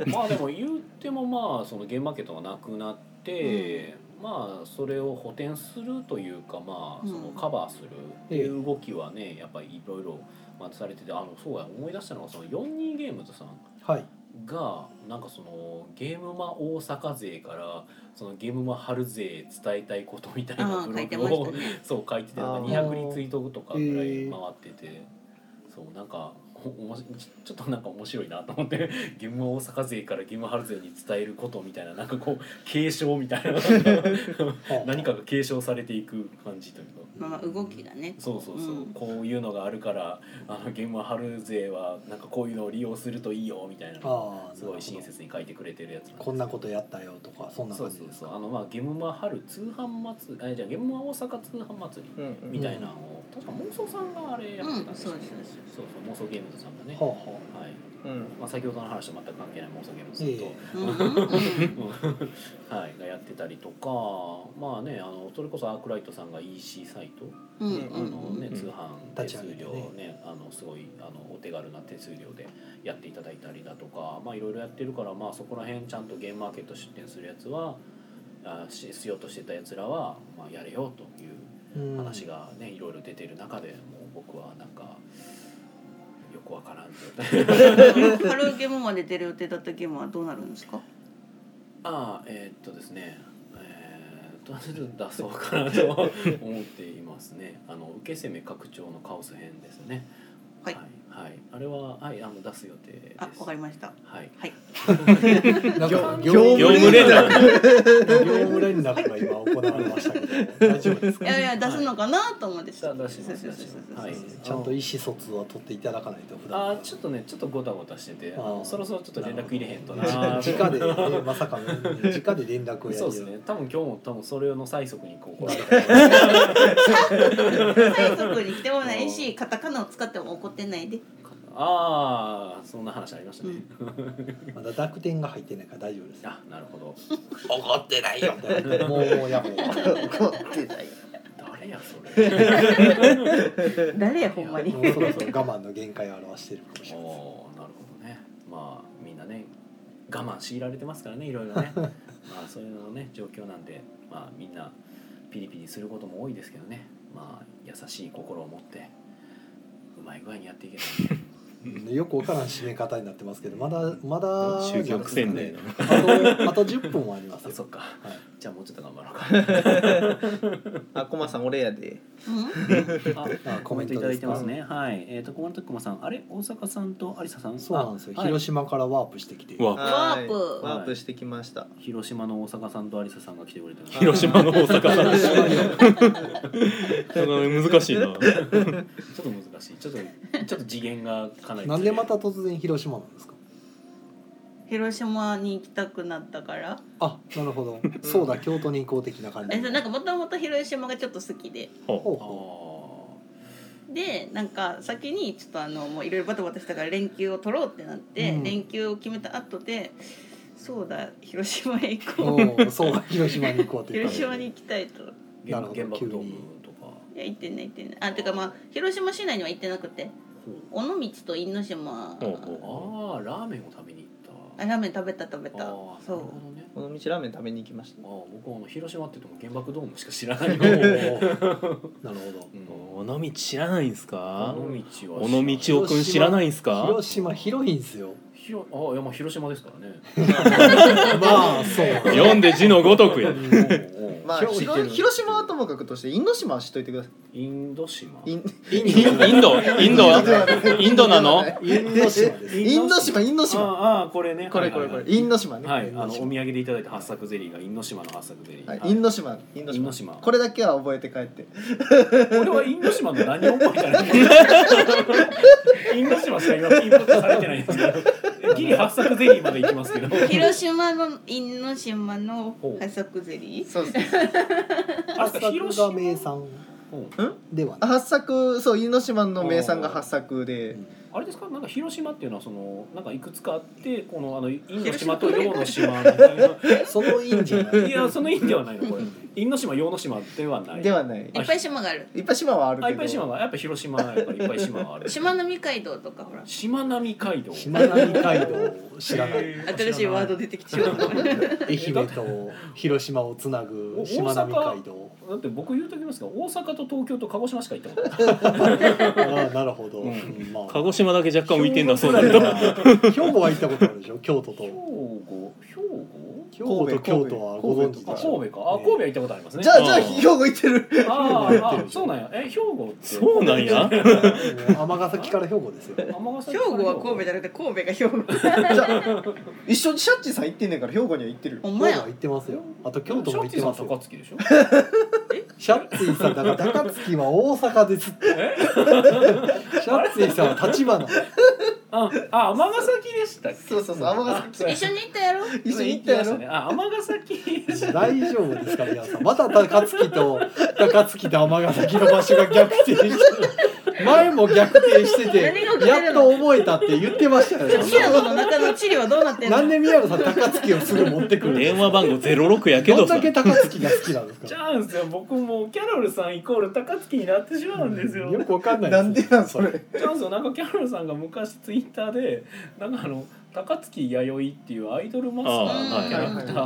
S2: まあでも言ってもまあそのゲームマーケットがなくなって、まあそれを補填するというかまあそのカバーするっていう動きはねやっぱりいろいろまあされててあのそうや思い出したのがその42ゲームズさん
S3: はい。
S2: がなんかそのゲームマ大阪勢からそのゲームマ春勢伝えたいことみたいな
S5: あ
S2: ブ
S5: あ書
S2: ロ
S5: いて
S2: グ
S5: ました
S2: を
S5: ね
S2: [laughs] そう書いててなんか
S4: あ
S3: ー
S2: 200リツイートとかぐらい回ってて、そうなんかおおもしちょっとなんか面白いなと思って [laughs] 「ゲームマ大阪勢からゲームマ春勢に伝えること」みたいななんかこう継承みたいな [laughs] 何かが継承されていく感じというか。
S5: まあまあ動きがね
S2: そうそうそう、
S5: うん
S2: こういうのがあるからあのゲームマ春勢はなんかこういうのを利用するといいよみたいな
S3: ああ。
S2: すごい親切に書いてくれてるやつ
S3: こんなことやったよとかそんな
S2: そう
S3: 感
S2: そ
S3: じ
S2: う
S3: です
S2: そ
S3: か。
S2: うあのまあゲムマ春通販祭りあじゃあゲムマ大阪通販祭
S4: う
S2: り
S4: ん
S2: みたいなのを、確か妄想さんがあれやってたんですよね、
S5: うんそうです
S2: そ
S5: そう
S2: うそう妄想ゲームズさんがね、
S3: はあ
S2: は
S3: はい
S4: うんうん
S2: まあ、先ほどの話と全く関係ない妄想ゲームズさんと、
S3: ええ
S5: うんう
S2: うん
S5: んうん
S2: [laughs] はい、がやってたりとかまあねあのそれこそアークライトさんが EC サイト、
S5: うんうん
S2: あの
S5: うん
S2: ね、
S1: うん
S2: 通販手
S3: 立ち上
S2: 数
S3: げて
S2: 料
S3: ね
S2: ねあのすごいあのお手軽な手数料でやっていただいたりだとかまあいろいろやってるからまあそこら辺ちゃんとゲームマーケット出店するやつはあししようとしてたやつらは、まあ、やれよという
S3: うん
S2: 話。がねいろいろ出てる中でもう僕はなんかよくわからん状態
S5: 春ゲームまで出る予定だったゲームはどうなるんですか
S2: ああえーっとですねえーどうする出そうかなと思っていますねあの受け攻め拡張のカオス編ですね
S5: はい
S2: はい、はいあれは、はい、あの出す予定です。
S5: あわかりました
S2: はい。
S5: はい
S3: なんか業
S4: 業
S1: 業
S3: 務
S1: 務連絡
S3: 業務連絡が今行われましたけど大丈夫です
S5: い
S3: か。
S5: やいや出すのかなと思って
S2: さあ出します
S5: そう
S2: 出
S5: そう
S2: し
S5: そう
S2: ます
S5: そう
S2: はい
S3: ちゃんと意思疎通は取っていただかないと普段。
S2: あーちょっとねちょっとごたごたしててあの
S3: あー
S2: そろそろちょっと連絡入れへんとなー [laughs]
S3: じ直でねまさかね直で連絡をやる
S2: そうですね多分今日も多分それの催促にこう来られたと思います
S5: 最速に来てもないしカタカナを使っても怒ってないで
S2: ああそんな話ありましたね、
S3: まだ濁点が入ってないから大丈夫ですよ
S2: あなるほど
S3: もうもうやばい
S4: 怒ってない
S2: 誰誰やそれ
S4: [laughs]
S5: 誰やほんまに
S3: もうそろそろ我慢の限界を表してるかもし
S2: お
S3: れない
S2: おーなるほどねまあみんなね我慢強いられてますからねいろいろ
S3: [laughs]
S2: ねまあそういうのね状況なんでまあみんなピリピリすることも多いですけどねまあ優しい心を持ってうまい具合にやっていけばいいね
S3: うんよくわからん締め方になってますけどまだまだ
S1: 終局せんで
S3: なんですかねあとあと10分はあります
S2: あ
S3: よ
S2: [laughs] そっか
S3: はい
S2: じゃあもうちょっと頑張ろ
S3: [laughs]
S2: う
S4: あコマさん俺やで
S2: かあ
S3: あ
S2: コメントいただいてます
S3: コメントで
S2: ね。はい。えっ、とコマントックマさん、あれ大阪さんと有沙さん。
S3: すかそうなんですよ、
S2: あはい
S3: 広島からワープしてきて
S1: うわ
S4: は
S5: ワー
S4: い
S5: プ
S4: ワープしてきました
S2: 広島の大阪さんと有沙さんが来てくれてます。
S1: 広島の大阪
S2: [laughs]
S1: さんです難しいな
S2: ちょっと難しい。ちょっとちょっと次元がかなり。
S3: なんでまた。突然広島なんですか
S5: 広島に行きたくなったから
S3: あなるほど [laughs] そうだ京都に行こう的な感じ
S5: えそうなんかもともと広島がちょっと好きで
S1: ほ
S3: ほう
S2: あ
S3: ほ
S5: でなんか先にちょっとあのもういろいろバタバタしたから連休を取ろうってなって、
S3: うん
S5: 連休を決めた後でそうだ広島へ行
S3: う
S5: こう
S3: おーそうだ広島に行こうって言っ
S5: 広
S3: た
S5: 島に行きたいと
S2: あ。原
S3: なるほど
S2: 原爆ドーム
S3: 急に
S2: とか。
S5: いや行ってない行ってないあてかまあ広島市内には行ってなくて尾道と因島
S1: ほう
S2: あ
S1: ほう
S2: あラーメンを食べに行
S5: あ
S2: った。
S5: ラーメン食べた食べた
S2: あーなる
S5: そ
S2: ほどね。
S4: この道ラーメン食べに行きまし
S2: あ
S4: た
S2: ー僕はあの広島って言っても原爆ドームしか知らない
S3: お
S2: の。
S3: ーなるほど
S2: うん
S1: 尾道知らないんすか
S2: 尾道は
S1: 尾道をくん知らないんすか
S3: 広島広いんすよ
S2: ひろあいやまあ広島ですからね。
S3: まあそう
S1: 読んで字のごとくや
S4: まあ
S3: 広いけど
S4: 広広島はともかくとして因島は知っといてくださ
S2: インド島。
S4: い因
S3: インド
S1: [laughs] インドインド
S4: インドではな
S1: はいインドなの
S3: インド島です
S4: 因島因
S2: あ
S4: 島
S2: あああこれね。
S4: これこれこれ因島ね、
S2: はい、あのお土産でいただいた八作ゼリーが因島の八作ゼリー。
S4: はい
S2: はい
S4: 因島因島
S2: 因島
S4: これだけは覚えて帰って
S2: 俺は因島の何を覚えたらいいの？因島しか今ピンポイントされてないんですけど、ギリ八作ゼリーまで行きますけど。
S5: う広島の因島の
S2: ほう
S5: 八作ゼリー
S4: そうそう
S2: あそっか
S3: 八
S2: 広島
S3: 作が名産
S2: うん
S3: ではない
S4: 八作そう因島の名産が八作で
S2: あれですかなんか広島っていうのはそのなんかいくつかあってこのあの因島と洋の島みたい [laughs] な
S3: そのインじゃない
S2: いやその因ではないのこれ因島洋の島ではない
S4: ではない
S5: いっぱい島がある
S4: いっぱい島はある
S2: あい
S4: け
S2: っぱい島
S4: ど
S2: がやっぱ広島やっぱりいっぱい島がある
S5: しまなみ海道とかほら
S2: しまなみ海道
S3: しまなみ海道
S2: [laughs]
S3: を知らない
S5: 新しいワード出てき [laughs] てしまった
S3: 愛媛と広島をつなぐ
S2: お
S3: しまなみ海道
S2: だって僕言うときますが大阪と東京と鹿児島しか行ったことない
S3: ああなるほど、
S1: うん
S3: まあ
S1: 鹿児島だけ若干浮いてんだそうなんだ
S3: 兵庫は行ったことあるでしょ京都と
S2: 兵庫兵庫
S3: 兵庫と京都はご存知
S4: あ
S2: あ
S3: でしょ
S2: 神戸かあ神
S3: ね
S2: 戸は行ったことありますね
S4: じゃあ
S1: うん
S4: じゃあ兵庫行ってる
S2: あ
S3: 神戸は
S2: ーあ
S3: 行ってるでしょ
S2: そうなんやえ兵庫って
S1: そうなんや
S3: 尼崎から兵庫ですよ
S2: 尼崎
S5: 兵庫は神戸じゃなくて神戸が兵庫
S4: じゃあ一緒にシャッチさん行ってんねんから兵庫には行ってる
S5: ほん
S3: 兵
S5: ま
S3: 庫は
S5: や
S3: 行ってますよあと京都も行ってます
S2: シャッチさん高
S3: よ
S2: 槻でしょ
S3: シャッツィさんだから高槻は大阪ですってシャッツィさんは立花
S2: ああ尼崎でしたっけ
S4: そうそうそう尼崎
S5: 一緒に行ったやろ
S4: 一緒に行った
S2: 行きま
S4: やろ
S2: したねあ尼崎
S3: 大丈夫ですか皆さんまた高槻と高槻と尼崎の場所が逆転してる前も逆転して
S5: 何が起
S3: て
S5: きてるの
S3: やっと覚えたって言ってましたよ
S5: チアゴの中のチリはどうなってんの
S3: なんで宮野さん高槻をすぐ持ってくるんです
S1: 電
S3: か
S1: 話番号06やけ
S3: ど
S1: ど
S3: ん
S1: さ
S3: だけ高槻が好きなんです
S2: チ
S3: か
S2: ャンスよ僕もうキャロルさんイコール高槻になってしまうんですよ
S3: よくわかんない
S4: なんでなんそれ
S2: チャンスよなんかキャロルさんが昔ツイッターでなんかあの高槻弥生っていうアイドルマスターのキャラクター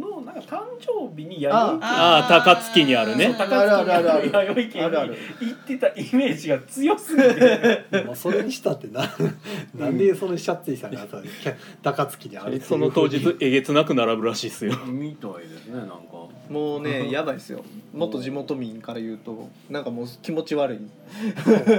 S2: のなんか誕生日に弥生
S1: あー高槻にあるね
S5: ー
S2: 高
S4: あるあるある
S2: 槻
S4: ある
S2: 弥生
S4: あるある
S2: 県に行ってたイメージが強すぎて
S3: [laughs] まあそれにしたってななんでそのシャッツィさんがさ高槻であるっていう
S1: その当日えげつなく並ぶらしいっ [laughs] すよ
S2: みたいですねなんか
S4: もうねやばいですよ元地元民から言うとなんかもう気持ち悪い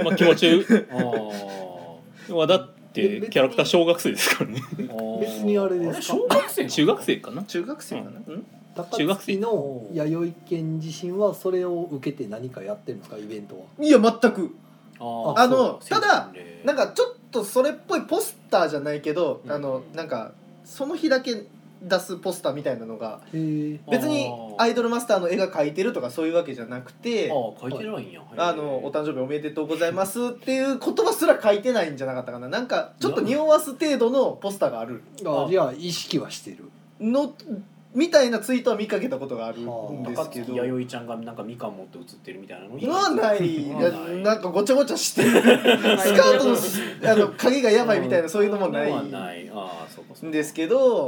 S1: まあ気持ち
S2: あ
S4: [laughs]
S2: ー
S1: はだってキャラクター小学生ですからね
S2: あー
S3: 別にあれですか
S2: 小学生
S1: 中学生かな
S4: 中学生かな、うん、
S3: 高槻の弥生県自身はそれを受けて何かやってるんですかイベントはい
S4: や全く
S2: あ
S4: あのただなん
S2: か
S4: かちょっとそれっぽいポスターじゃないけど、
S2: うん
S4: あのなんかその日だけ出すポスターみたいなのが
S3: へえ
S4: 別に
S2: あー
S4: アイドルマスターの絵が描いてるとかそういうわけじゃなくて
S2: あー書いてないんや
S4: あのお誕生日おめでとうございますっていう言葉すら書いてないんじゃなかったかななんかちょっと匂わす程度のポスターがある
S3: あじゃあ意識はしてる
S4: のみたいなツイートは見かけたことがあるんで
S2: 高
S4: すけ
S2: 槻
S4: ど
S2: 弥生ちゃんがなんかみかん持って写ってるみたいなのに
S4: はないいや
S2: ない
S4: なんかごちゃごちゃしてる [laughs] スカートのしあの鍵がやばいみたいなそういうのもな
S2: そん
S4: い
S2: のはないああそうかそうんか
S4: ですけ
S2: ほう
S4: ど
S2: ほう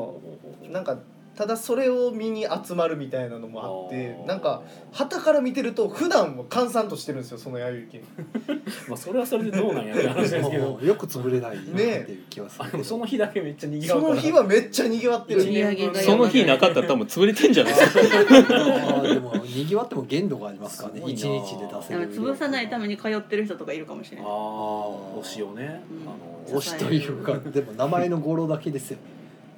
S2: ほう
S4: なんかただそれを見に集まるみたいなのもあって
S2: ー
S4: なんか旗から見てると普段も閑散としてるんですよその弥生
S2: まあそれはそれでどうなんやって話ですけ
S4: [laughs]
S2: ど
S3: よく潰れないなっていう気はす
S2: あで
S3: るけ
S2: も
S3: ど
S2: その日だけめっちゃ賑
S4: 家
S2: わ
S4: そう
S2: から
S4: の日はめっちゃ賑わってる
S5: 一日上げが
S1: その日なかったら多分潰れてんじゃないです [laughs] か
S3: あーでもにぎわっても限度がありますからね
S2: すごいな
S3: 一日で出せ
S5: でも
S3: る
S5: 潰さないために通ってる人とかいるかもしれ
S2: あ
S5: ない
S2: あ推しをね、
S5: うん
S2: あの
S3: 推しというかでも名前の語呂だけですよ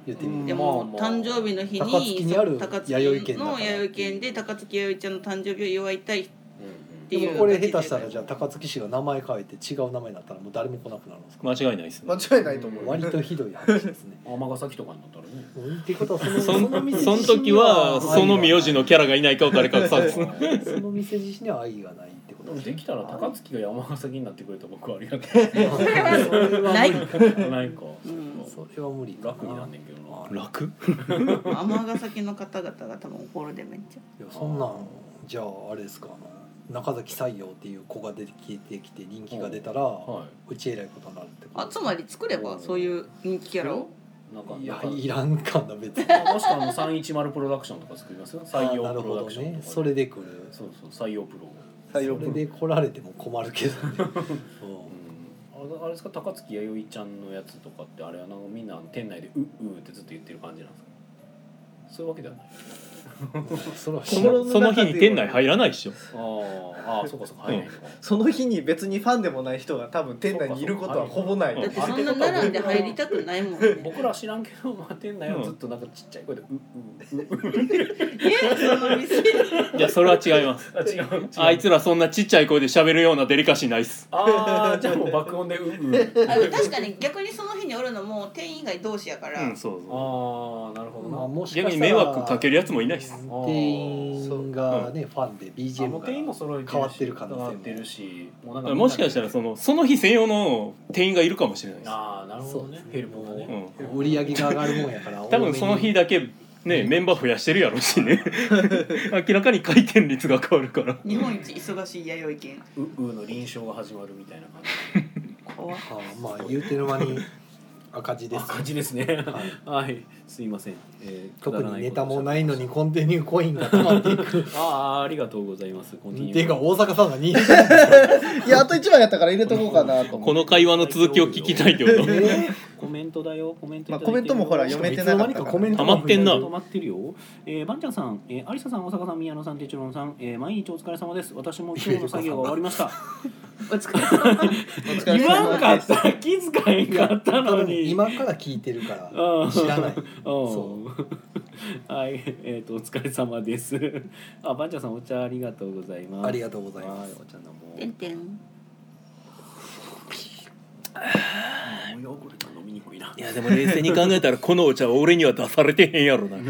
S3: 言ってみ
S5: で
S3: る
S5: も
S2: まあまあ
S5: 誕生日の日
S3: 高槻
S5: に
S3: にある
S5: そう高槻
S3: 弥生県だから
S5: の弥生県で高槻弥生ちゃんの誕生日を祝いたいっ
S2: うんうん
S5: て
S3: で
S5: いう
S3: もこれ下手したらじゃあ高槻市が名前変えて違う名前になったらもう誰も来なくなるんですか
S1: 間違いないですね
S4: 間違いないと思う
S3: 割とひどい話です
S2: [laughs]
S3: ね
S2: 尼崎とかになったらね
S3: うんってことはその
S1: そんそ
S3: 店
S1: ん時はその名字のキャラがいないかを誰かがさですね
S3: その店自身には愛がないってこと
S2: できたら高槻が山崎になってくれたら僕はありがた
S5: な
S2: い
S5: い
S2: [laughs] ないか、
S5: うん
S3: それは無理か
S2: 楽になんねんけどな
S3: うんい
S1: 楽
S5: 尼崎の方々が多分怒るでめっちゃ
S3: やそんなんじゃああれですかあの中崎採用っていう子が出てきてきて人気が出たら
S2: は
S3: うちえらいことになるってこと
S5: あつまり作ればそういう人気キャラを
S2: いなんか
S3: いや
S2: なんか
S3: いらんかな別に
S2: もしくはあの310プロダクションとか作りますよ採用
S3: あなる
S2: プロ
S3: ほ
S2: ダ
S3: ど
S2: クションと
S3: ね
S2: か
S3: それで来る
S2: そうそう採用プロ、
S3: そ
S4: 採用
S3: れで来られても困るけどね、
S2: うん、あ
S3: う
S2: れあれですか高槻弥生ちゃんのやつとかってあれはなんかみんな店内で「うっう」ってずっと言ってる感じなんですかそういうわけではない
S3: ん、それは知らん
S4: 心
S1: その日に店内入らないっ [laughs] しょ
S2: あーあーそうかそうか入らないのか
S4: その日に別にファンでもない人が多分店内にいることはほぼない
S5: だってそん
S2: あ
S5: な並んで入りたくないもんね
S2: 僕らは知らんけど、まあ、店内はずっとなんかちっちゃい声で「うう
S5: えその店
S1: いやそれは違います
S2: あ違う違う
S1: あいつらそんなちっちゃい声で喋るようなデリカシーないっす
S2: ああじゃあもう爆音で「うう」
S5: あでも確かに逆にその日におるのも店員以外同士やから、
S1: うんそうそう
S2: ああなるほどな、
S3: まあ、もしかしたら
S1: 逆に迷惑かけるやつもいないっす
S3: 店員がねファンで
S2: あも
S3: BGM
S2: う店員も
S3: が
S2: 揃えてるし
S3: 変わってる可能性も
S2: 変わってるしもうなん
S1: もしかしたらそのその日専用の店員がいるかもしれないです
S2: ああなるほどね
S3: そう
S2: ヘルプがね
S1: う
S3: 売り上げが上がるもんやから
S1: 多分その日
S3: だ
S1: だけねメンバー増やしてるやろうし [laughs] ね明らかに回転率が変わるから
S5: 日本一忙しい弥生県
S2: ううの臨床が始まるみたいな感
S5: 怖っ
S3: まあ言うてる間 [laughs] に赤字
S2: じ
S3: で
S2: あ
S3: す、
S2: 感じですね
S3: はい
S2: はいすいません、えー、
S3: 特にネタもないいのにコンティニューコインが溜まっていく
S2: ああありがとうございますコンティニュー
S3: っていうか大阪さんが認識
S4: いやあと1枚やったから入れとこうかなと思
S1: この会話の続きを聞きたいってこと
S2: コメントだよコメント
S4: ま
S2: い
S4: あ
S2: ただいてるよ、
S4: コメントもほら読めてなかったから
S1: 溜まってんな
S2: 止まってるよ。えー、ばんちゃんさん、えー、ありささん、大阪さん、宮野さん、てちろんさん、えー、毎日お疲れ様です。私も今日の作業が終わりました。
S5: お疲れ様
S4: って
S2: 言わんかった、気遣いんかったのに。
S3: 今から聞いてるから
S2: うん
S3: 知らない
S2: うん
S3: そ
S2: [laughs] はい、えっ、と、お疲れ様です。 [laughs] あ、ばんちゃんさん、お茶ありがとうございます。
S3: ありがとうございます
S2: はいお茶飲も
S5: てんてん
S2: う。もうヨーグルト飲みにくいな。
S1: いやでも冷静に考えたらこのお茶は俺には出されてへんやろな
S3: ま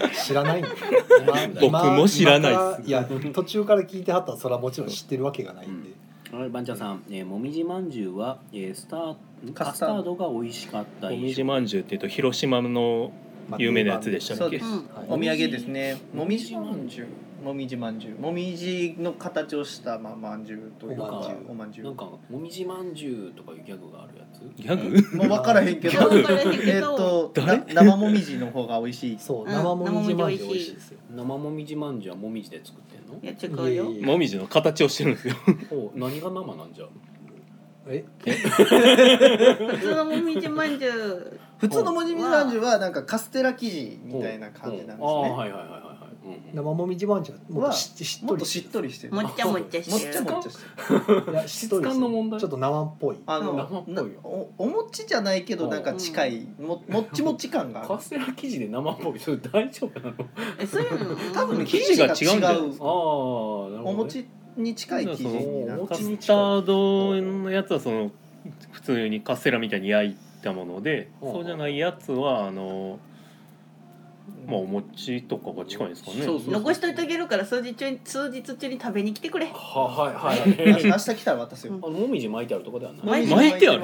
S3: あ知らないんで
S1: [laughs] 僕も知らないっす
S3: 今今からいや途中から聞いてはったらそれはもちろん知ってるわけがないんで、
S2: はい、ばんちゃんさん、えー、もみじまんじゅうは、えー、スターん
S4: カ
S2: カ
S4: ス
S2: ス
S4: タ
S2: タ
S4: ード
S2: ードが美味しかった
S1: も
S2: 印
S1: み
S2: 象
S1: じまんじゅうっていうと広島の
S3: まあ
S1: 有名なやつでした
S4: そ
S1: っ
S4: うで
S1: け
S4: す
S5: うん
S4: お土産ですねもみじまんじゅうもみじまんじゅうもみじの形をしたまあまんじゅうという
S3: おまんじ
S4: か
S3: ゅう
S4: おまんじゅ
S2: なん
S4: う
S2: かもみじまんじゅうとかいうギャグがあるやつ
S1: ギャグ
S4: もう分からへんけど
S5: 分からへんけど
S4: えっとな生もみじの方が美味しい
S3: そう
S5: うん
S3: 生もみじまんじゅう
S5: 生もみじ
S3: 美味しいですよ
S2: 生もみじまんじゅうはもみじで作ってんの
S5: いや違うよ
S3: いえい
S1: もみじの形をしてるんですよ
S2: お何が生なんじゃ
S3: え
S5: 普通のもみじまんじゅう
S4: 普通のもみじまんじゅうはなんかカステラ生地みたいな感じなんですね
S2: ああーはいはいはいはいはい、うんうん、
S3: 生もみじまんじゅうはもっとししっと
S4: もっと
S3: り
S4: しっとりしてる
S5: もっちゃもっちゃ
S4: もっ
S5: して
S4: ちゃ
S5: る
S4: もっちゃしてる
S3: いやしっと
S2: 質
S3: りしてる
S2: 感の問題
S3: ちょっと生っぽい
S4: あの
S2: 生っぽい
S4: な
S2: よ
S4: おお餅じゃないけどなんか近いももっちもち感がある
S2: カステラ生地で生っぽいそれ大丈
S4: [laughs]
S2: 夫なの
S5: えそういうの
S4: 多分ね
S1: 生
S4: 生
S1: 地
S4: 地
S1: が違う
S4: が
S1: んじゃ
S4: 違
S1: な
S2: あ
S1: いう
S2: あなるほど、ね、
S4: お餅に近い生地にな
S2: そう
S4: る
S1: カスタードのやつはその普通にカステラみたいに焼いたもので
S2: うん
S1: そうじゃないやつはあのまあお餅とかが近いんですかね
S4: そうそう
S5: 残しといてあげるから数日中に数日中に食べに来てくれ
S2: ははいはい
S4: 明
S2: はい
S4: 日明日来たら渡すよ
S2: あもみじ巻いてあるとこではない
S5: 巻い
S1: 巻いてある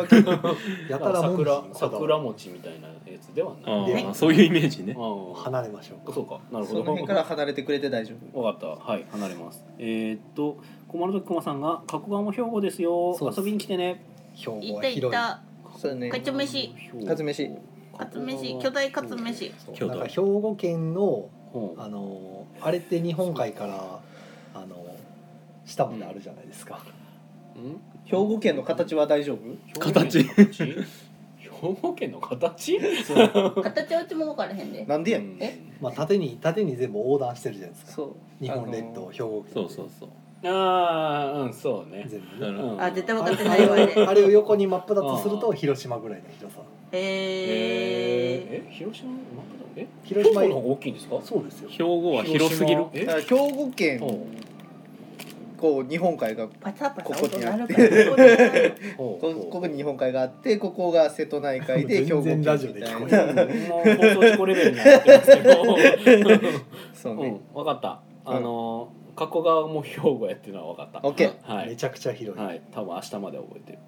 S2: だ
S3: やた
S2: から
S3: らもみじ
S2: 桜
S3: にこだわる
S2: 桜餅みたいなやつではない
S1: あ
S3: で
S1: あそういうイメージね
S2: うん
S3: 離れましょう
S2: そうかなる
S4: そ
S2: ほど
S4: の辺から離れてくれて大丈夫
S2: 分かったはい離れますえー、っと駒の時駒さんが「加古川も兵庫ですよ
S3: そうです
S2: 遊びに来てね
S3: 兵庫
S5: 行っ
S3: は
S5: た行っ
S3: 広い
S5: た
S4: そうだね
S5: こっち飯
S4: カツ飯
S5: カツ飯巨大カツ飯
S3: そ
S1: 京
S3: う
S1: 都
S3: なんか兵庫県の
S2: ほう
S3: あのあれって日本海からあの下まであるじゃないですか、
S2: うん
S4: 兵庫県の形は大丈夫
S1: 形
S2: 兵庫県の形兵庫県の形
S5: 形はうちも分からへんで
S4: なんでやねん
S5: え
S3: まあ、縦に縦に全部横断してるじゃないですか
S4: そう
S3: 日本列
S4: あ
S3: 島
S4: の
S3: 兵庫県
S1: そうそうそう
S2: ああうんそうね
S3: 全部
S1: だ
S3: ね
S1: から
S2: うん
S5: あ絶対分
S3: あ
S5: かっ
S3: れ
S5: てないわね
S3: あれあれを横に真っ二つする
S2: う
S3: と
S2: ん
S3: 広島ぐらいの広さ
S5: え
S2: えー、え広島のマップだえ
S3: 広島
S2: 兵庫の方が大きいんですか
S3: そうですよ
S1: 兵庫は広すぎる
S2: 島え
S4: だから兵庫県
S2: ほ
S4: こう日本海が
S5: ー、パチャパチ
S4: こ
S5: ャ
S4: こにあ
S5: 音
S4: っ
S5: 鳴
S4: て
S5: るからここにある
S2: うほ
S4: こ
S2: う
S4: ここに日本海があってここが瀬戸内海で兵庫
S3: 全然
S4: 県み
S3: ラジオで
S4: た
S3: 聞こ
S4: い
S3: え
S4: な
S3: る
S2: もう放送事故レベルになってますけ
S4: [laughs]
S2: ど、
S4: そう
S2: うん
S4: ね、
S2: 分かったあのー加古川も兵庫やっていうのは分かっ
S4: オッケー
S2: たは
S3: め
S2: い
S3: ちゃくちゃ広い、
S2: はい多分明日まで覚えてる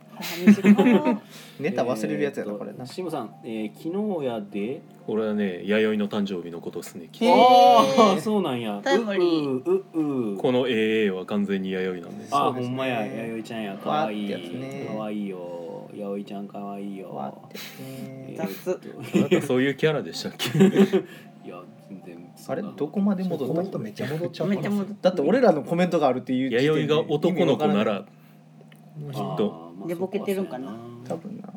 S4: ネタ忘れるやつやなこれ
S2: えー
S4: な
S2: とシムさん、えー、昨日やで
S1: これはね弥生の誕生日のことですね
S4: へー
S2: ああそうなんや
S5: タイムリー
S2: うううう
S1: この AA は完全に弥生なんです
S2: あー
S4: そうで
S2: ほ
S4: すね
S2: んまや弥生ちゃんやかわいい
S4: わーってやつね
S2: かわいいよ弥生ちゃんかわいい
S4: わ
S2: よ
S4: ーって
S2: 雑
S1: あなたそういうキャラでしたっけ
S2: いや全然そ
S4: あ
S2: ん
S4: れ
S2: な
S4: どこまで戻
S3: コメン
S4: っ
S3: ト
S4: た
S3: めっちゃ戻っちゃう
S5: めっちゃ戻っ
S4: だ
S5: た
S4: って俺らのコメントがあるっていう時点で
S1: 弥生が男の子な
S4: 意味わ
S1: ら
S2: あ
S1: きっ
S2: ー
S1: と
S2: まあ
S5: 寝ぼけてるんかな
S2: そこ
S4: からん
S2: は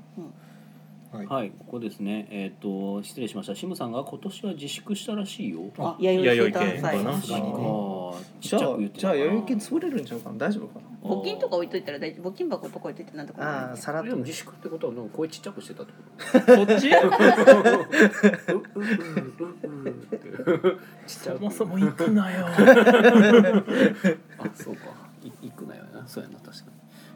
S2: そうや
S4: 多分な
S3: はい、
S2: はいここですねえっ、と失礼しましたシムさんが今年は自粛したらしいよ
S5: あ弥生生
S1: 弥生県かな
S2: マ
S5: 誕
S2: ジ
S5: 祭
S2: かち
S4: じ
S2: っ
S4: ゃ
S2: ちゃ
S4: あ
S2: く言って
S4: じゃあ弥生県潰れるんちゃうかな大丈夫か
S5: 募金とか置いといたら大丈夫募金箱とか置いといてなんとかなら
S4: な
S5: な
S4: あ
S5: い
S4: あさらっ
S2: で
S4: と
S2: も自粛ってことはなんか声ちっちゃくしてたってこと
S1: そっち
S2: ちっちゃ
S1: そ
S2: く
S1: もそも行くなよ
S2: あそうかい行くなよなそうやな確か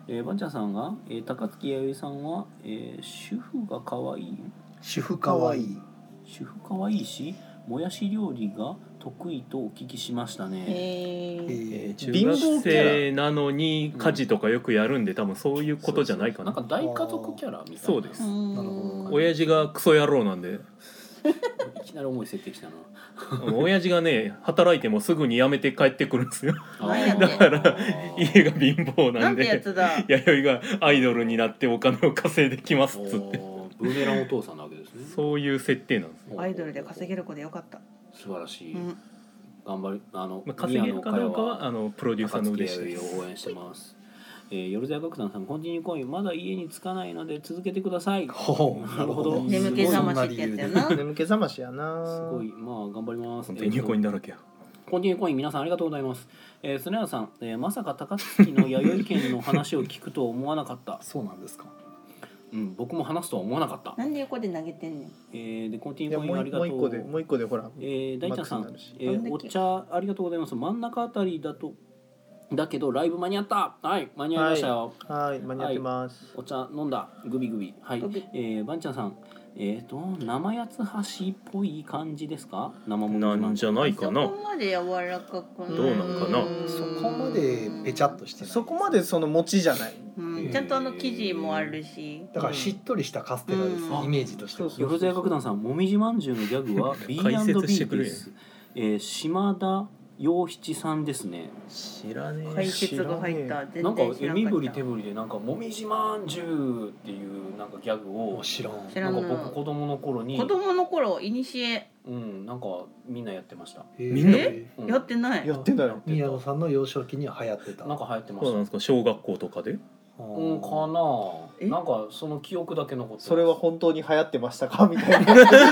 S2: に、えー、ばんちゃんさんが、えー、高槻弥生さんは、えー主婦が可愛い
S3: 主婦かわいい
S2: 主婦可愛いしもやし料理が得意とお聞きしました
S5: え
S2: ね、
S5: ー
S1: えー
S3: え
S1: 中学生なのに家事とかよくやるんで多分そういうことじゃないか
S2: なん
S1: な
S2: か大家族キャラみたいな
S1: そうです
S5: うん
S3: なるほど
S1: 親父がクソ野郎なんで
S2: いきなり重い設定きたな
S1: 親父がね働いてもすぐに辞めて帰ってくるんですよ
S5: なんやねん
S1: だから家
S2: 家
S1: が貧乏な
S5: なんんてや
S1: で
S5: つだ [laughs]
S1: 弥生がアイドルになってお金を稼いできますっつって
S2: ブーメランお父さんなわけですね
S1: そういう設定なんですよ
S5: アイドルで稼げる子でよかった、
S2: 素晴らしい、
S5: うん、
S2: 頑張りあの、
S1: まあ稼げるかどうかはあのプロデューサーの腕次第
S2: で
S1: です
S2: 応援してます。えー、夜沢学団さん、コンティニューコイン、まだ家に着かないので続けてください。
S3: ほう。
S2: なるほど。す
S5: 眠
S2: ごい
S5: 気
S2: す
S5: 覚
S2: ご
S5: ましってやつやな
S4: 眠気覚ましやな
S2: ごい、まあ頑張ります。
S1: 本当に入コイン
S2: えー
S1: だらけや
S2: とコンティニューコイン、皆さんありがとうございます。えー、スネアさん、えー、まさか高槻の弥生県の話を聞くとは思わなか
S4: [laughs]
S2: った
S3: そうなんですか
S2: うん、僕も話すとは思わなかった。
S5: なんで横で投げてんねん
S2: えー、で、コンティ
S4: い
S2: ニュ
S4: や
S2: ーコイ
S4: も
S2: ン
S4: う
S2: ありがとう。
S4: いもう一個でもう一個でほら
S2: えー、大ちゃんさ
S4: マッ
S2: ん
S4: クス、
S2: え
S5: になるし
S2: ー、お茶ありがとうございます。真ん中あたりだと、だけどライブ間に合った。はい、間に合いましたよ。
S4: はい間に合ってます
S2: お茶飲んだグビグビはい
S5: グビ
S2: えー、ばんちゃんさんえっ、と生八つ橋っぽい感じですか生もみじまん
S1: なんじゃない
S5: そ
S1: か
S5: こ
S1: な
S5: まで柔らかくない
S1: どうなんかな
S5: うん
S3: そこまでペチャっとしてない
S4: そこまでその餅じゃない
S5: うんちゃんとあの生地もあるし
S3: だからしっとりしたカステラです、
S5: うん
S3: イメージとしては
S4: そう
S2: よろずや楽団さんもみじまんじゅうのギャグは
S1: [laughs] 解説して
S2: B&B
S1: くれ
S2: で
S1: よ
S2: す、えー、島田洋七さんですね
S1: 知らね
S5: 解説が入った全
S2: なんか
S5: 然知ら
S2: 身振
S5: な
S2: り
S5: か
S2: 手
S5: っ
S2: 振りでなんかもみじまんじゅうっていうなんかギャグを
S3: 知らん
S5: 知ら
S2: なんんか
S5: な
S2: 僕子供の頃
S5: た
S2: に
S5: 子供の頃いにしえ
S2: うんなんかみんなやってました、
S1: みんな
S3: え
S2: うん
S5: やってない
S4: やってんだよ
S3: 宮野さんの幼少期には流行ってた
S2: なんか流行ってま
S1: そ
S2: し
S1: う
S2: た
S1: なんですか小学校とかで
S2: うんか
S5: え
S2: ななんかその記憶だけ残ってます
S4: それは本当に流行ってましたかみた
S2: [laughs]
S4: いな
S2: あ少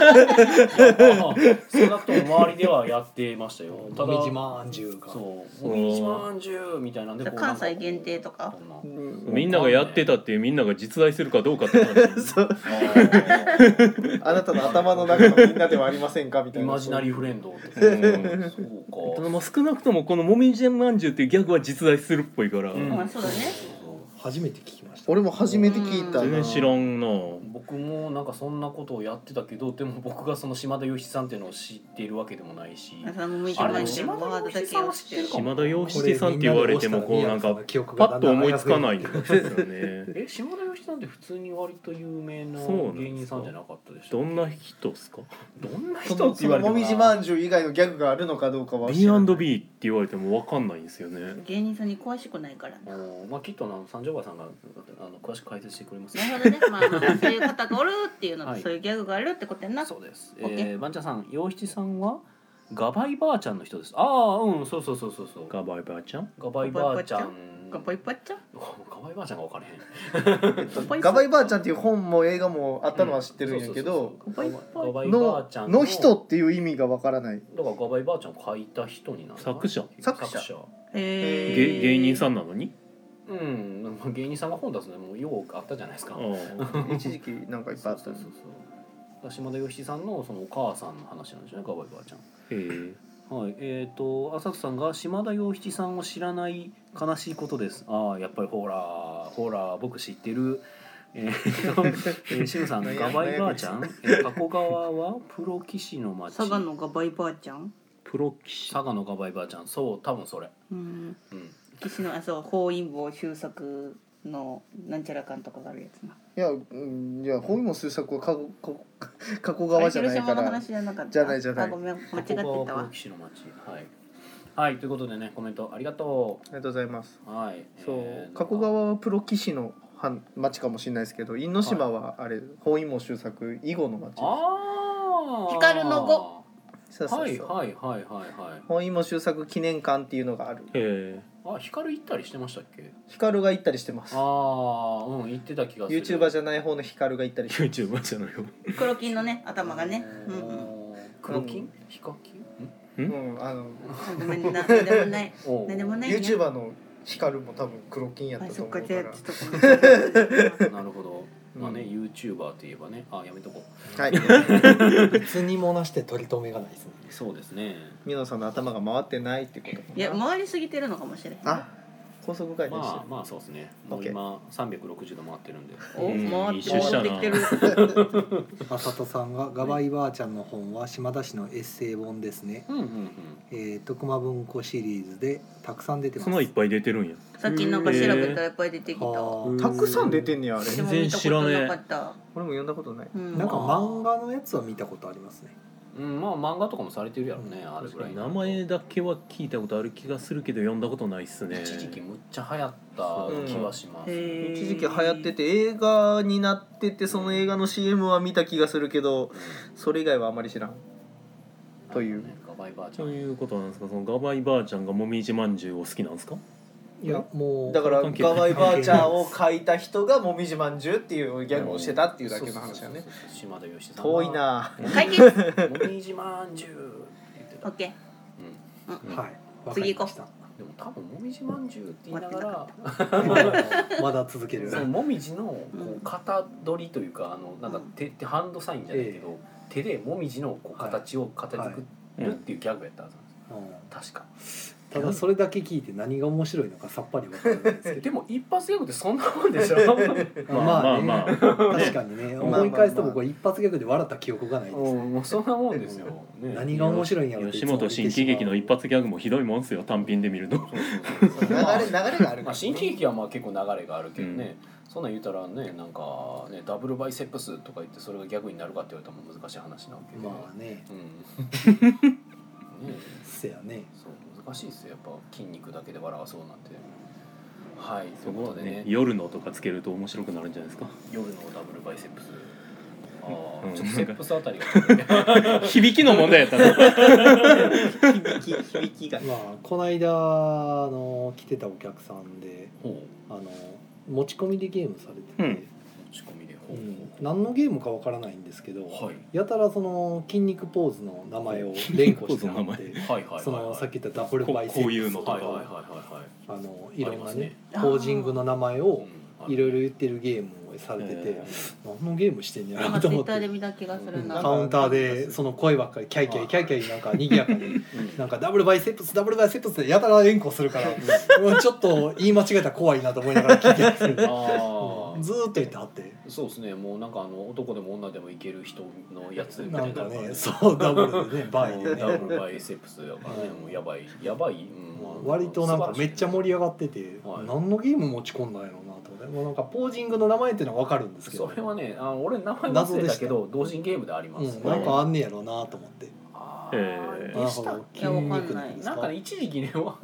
S2: なくとも周りではやってましたよ。ただ
S3: もみじまんじゅうか
S2: そう、もみじまんじゅうみたいなんでこう
S5: 関西限定とか。
S2: なんかこ
S4: う
S2: んなん
S1: みんながやってたっていうみんなが実在するかどうかって話
S4: そうあなたの頭の中のみんなではありませんかみた
S2: イ
S4: いな
S2: マジナリーフレンドって。
S1: うん
S2: そうか。
S1: まあ少なくともこのもみじまんじゅうっていうギャグは実在するっぽいから、
S2: うん
S5: まあそうだね
S2: そう
S3: 初めて聞きました
S4: 俺も初めて聞いたな
S1: 全然知らんの
S2: 僕もなんかそんなことをやってたけどでも僕がその島田由紀さんっていうのを知っているわけでもないし
S5: 朝も向いて
S2: あれ
S5: ない
S2: も
S5: けど
S2: 島田洋一さんは知ってるかも
S1: 島田洋七さんって言われてもこうなんかパッと思いつかないんですよね
S2: え島田由紀さんって普通に割と有名な
S1: そうなんですか
S2: 芸人さんじゃなかったでし
S1: ど
S2: ょ
S1: んな人っすか
S2: どんな
S4: そ
S2: 人
S4: の
S2: って言われて
S4: も
S2: も
S4: みじまんじゅう以外のギャグがあるのかどうかは知らない
S1: B&B って言われても分かんないんですよね
S5: 芸人さんに詳しくないから
S2: あ
S5: な。
S2: のまあきっとな三条川さんがあの詳しく解説してくれますよ
S5: なるほどね、
S2: [laughs]
S5: まあまあ、そういう方がおるっていうのと、
S2: はい
S5: そういうギャグがあるってことやな。
S2: そうです。
S5: オッケ
S2: えー、ばんちゃんさん、洋七さんはガバイばあちゃんの人です。ああ、うん、そうそうそうそうそう。
S1: ガバイバーちゃん
S2: ガバイばあちゃん。
S5: ガバイパッチャ
S2: ガバイばあちゃんが分からへん。
S4: ガバイばあちゃんっていう本も映画もあったのは知ってるんやけど、
S2: そうそうそうガバイばあ
S4: の
S2: ちゃん
S4: の人っていう意味がわからない
S2: だからガバイばあちゃんを書いた人になる。
S1: 作者
S4: 作者
S5: えー、
S1: 芸芸人さんなのに
S2: うん、まあ芸人さんが本出すのもうよくあったじゃないですか。
S1: あ
S2: そう
S1: あ
S4: 一時期なんかいっぱいあった
S2: そう
S4: の
S2: そうそう。だから島田洋七さんのそのお母さんの話なんですよね、ガバイばあちゃん。
S1: えー
S2: はい、えっ、と浅草さんが島田洋七さんを知らない悲しいことです。ああ、やっぱりほらほら僕知ってる。えー、
S4: [laughs]
S2: と、えー、シムさん、
S4: なんや
S2: ガバイばあちゃん、えー加古川はプロ棋士の町。
S5: 佐賀のガバイパーちゃん。
S1: プロ棋士
S2: 佐賀のガバイばあちゃん、そう、多分それ。
S5: うん。
S2: うん。
S5: 騎士のあそう包囲網修作のなんちゃらかんとかがあるやつな。
S4: いや、うん、いや本も数作は加古 [laughs] 加古川じゃない
S5: あれ
S4: か
S5: 広島の
S4: ら
S5: 話じゃなかった。
S4: じゃないじゃない
S5: あごめん間違
S2: 加
S5: っ
S2: 古
S5: てた
S2: 川はプロ
S5: わ
S2: 棋。士の町。はい。はい、ということでね、コメントありがと
S4: ありがとうございます
S2: う。はい。
S4: そう加古。川はプロ棋士の藩町かもしれないですけど因島はあれ本因も修作囲碁の町
S2: ああ。
S5: 光の碁。
S4: そうそ
S2: は
S4: う
S2: い、
S4: そう、
S2: はい、はい、はい、はい。
S4: 本因も修作記念館っていうのがある
S1: え
S2: あ、光行ったりしてましたっけ。
S4: 光が行ったりしてます
S2: ああうん言ってた気がする
S4: YouTuber じゃない方の光が行ったり
S1: ー、
S2: [laughs]
S4: して
S1: YouTuber じゃないよ
S5: 黒金のね頭がね。うんうん。
S2: おー黒金ヒカキン
S4: うんあの
S5: ご
S4: [laughs]
S5: めんななんでもない
S2: おー
S5: なんでもない。ー。
S4: YouTuber の光も多分黒金やっ
S5: あ
S4: たと
S5: そっ
S4: 思
S5: か
S4: う
S5: じ
S4: か
S5: ゃあ
S4: ら
S5: ちょっと
S4: [laughs]
S2: なるほどまあね YouTuber といえばねあやめとこう [laughs]
S4: はい
S3: 別にもなして取り留めがないですね
S2: そうですね
S4: ミノさんの頭が回ってないってことかない
S5: や回りすぎてるのかもしれない。
S4: あ高速回転してる
S2: まあまあそうですねもう
S4: OK
S2: 今360度回ってるんで
S5: お
S1: うん
S5: 回って
S1: 一周した
S5: 戻っ
S1: な
S5: てきてる。
S3: 浅田さんが「ガバイばあちゃんの本は島田市のエッセイ本ですね
S2: うんうんうん」
S3: えー「徳間文庫シリーズ」でたくさん出てます
S1: そんないっぱい出てるんや
S5: さっきなんか調べたらいっぱい出てきた。
S3: は
S4: たくさん出てんねやあれ
S5: 私
S1: 全
S5: も
S1: 然
S5: 見たこ
S1: 知
S5: と
S1: らねえ
S5: なかった。
S4: 俺も読んだことない
S5: うん
S3: あなんか漫画のやつは見たことありますね
S2: うんまあ漫画とかもされてるやろねあれぐらい
S1: 名前だけは聞いたことある気がするけど読んだことないっすね
S2: 一時期むっちゃ流行った気はします
S5: へー
S4: 一時期流行ってて映画になっててその映画の CM は見た気がするけどそれ以外はあまり知らんという
S2: ねガバイバーちゃ
S1: と
S2: ん
S1: いうことなんですかそのガバイばあちゃんがもみじまんじゅうを好きなんですか
S3: いやもう
S4: だから
S1: 関係
S4: ガバイバーチャーを書いた人がもみじまんじゅうっていうギャグをしてたっていうだけの話
S2: そうそ
S4: だね
S2: うそうそう島田由紀さん
S4: 遠いな
S1: [laughs]
S5: 解決。
S2: もみじまんじゅうって言って
S5: オ
S2: た
S5: ッケー。
S2: うん
S3: はい
S5: 次行こう
S3: わか
S2: でも多分もみじまんじゅうって言いながら
S3: りましたまだ続ける
S2: そのもみじのこ
S5: うん
S2: う型取りというかあのなんか手手ハンドサインじゃないけど手でもみじのこう
S3: はい
S2: 形を形作るっていうギャグやったはずなんで
S3: うん
S2: す確か
S3: ただそれだけ聞いて何が面白いのかさっぱりわからないですけ
S2: で
S3: ど
S2: も一発ギャグってそんなもんで
S4: [laughs]
S2: しょう
S3: まあ
S1: まあ
S3: ね
S1: まあ
S3: 確かにね
S4: まあまあ
S3: 思い返すと僕は一発ギャグで笑った記憶がないです
S2: んもうそんなもんですよ、ね、
S3: 何が面白いんやろってい
S1: 吉
S3: つも
S1: 本新喜劇の一発ギャグもひどいもんっすよ単品で見ると
S4: 流れ流れ
S2: まあ
S4: があるから、
S2: まあ、新喜劇はまあ結構流れがあるけどね、そんなん言うたらねなんかねダブルバイセップスとか言ってそれがギャグになるかって言われたらもう難しい話なわけで、
S3: まあね
S2: うんね
S3: せやね
S2: そう難しいですよやっぱ筋肉だけで笑わそうなんてはいと
S1: そ
S2: いう
S1: こ
S2: こ
S1: は
S2: とで
S1: ね
S2: ね
S1: 夜のとかつけると面白くなるんじゃないです
S2: 夜のダブルバイセップスああ、
S1: うん
S2: ちょっとセップスあ
S3: [laughs]
S2: たりが
S1: か [laughs] 響きの問題やったな
S4: 響き響きが
S3: まあこの間あの来てたお客さんで
S2: ほう持
S3: あの持ち込みでゲームされてて、
S2: ち込みで
S3: う
S2: ほ
S3: ん
S2: う、
S3: 何のゲームかわからないんですけど、
S2: はい
S3: やたらその筋肉ポーズの名前を連呼して
S1: 筋肉ポーズの
S3: も
S1: 名
S3: らって
S2: はいはいはいはい
S3: そのさっき言ったダブル
S1: こ
S3: バイセップス
S1: こういうの
S3: と
S1: と
S3: か
S1: か
S2: はいはいはいはいはい
S3: あのいろん
S2: ありま
S3: な
S2: す
S3: ね
S2: ね
S3: ポージングの名前
S2: う
S3: を
S2: ん
S3: いろいろ言ってるゲームをされてて、
S1: えー
S3: 何のゲームしてんねや
S5: なん
S3: ろ
S5: か
S3: と
S5: ツイ
S3: 思
S5: ッ
S3: っ
S5: ターで
S3: て。
S5: 見た気がする
S4: うん
S5: な。
S3: カウンターでその声ばっかりキャイキャイキャイキャイなんか賑や
S2: [laughs]
S3: かになんかダブルバイセップスダブルバイセップスでやたら連呼するからうんちょっと言い間違えたら怖いなと思いながら聞いてる
S2: ああ
S3: ずーっと言ってはって
S2: そうですねもうなんかあの男でも女でもいける人のやつみた
S3: ないんか
S2: な
S3: ねそうダブルでねバ
S2: バ
S3: イ
S2: イ
S3: で
S2: ダ
S3: ね
S2: ブルバイセップスだからねもうやばいやばい、うん
S3: 割となんかめっちゃ盛り上がってて
S2: はい
S3: 何のゲーム持ち込んだんやろうなと思ってもうなんかポージングの名前っていうのは分かるんですけど
S2: それはねあの俺名前忘れたけど同人ゲームでありま
S3: う
S2: す、
S3: んなんかあんねやろうなと思って
S2: あ
S1: え
S2: ーでしたっ
S5: いやわかんない
S3: です
S2: なんかね一時期ね [laughs] わ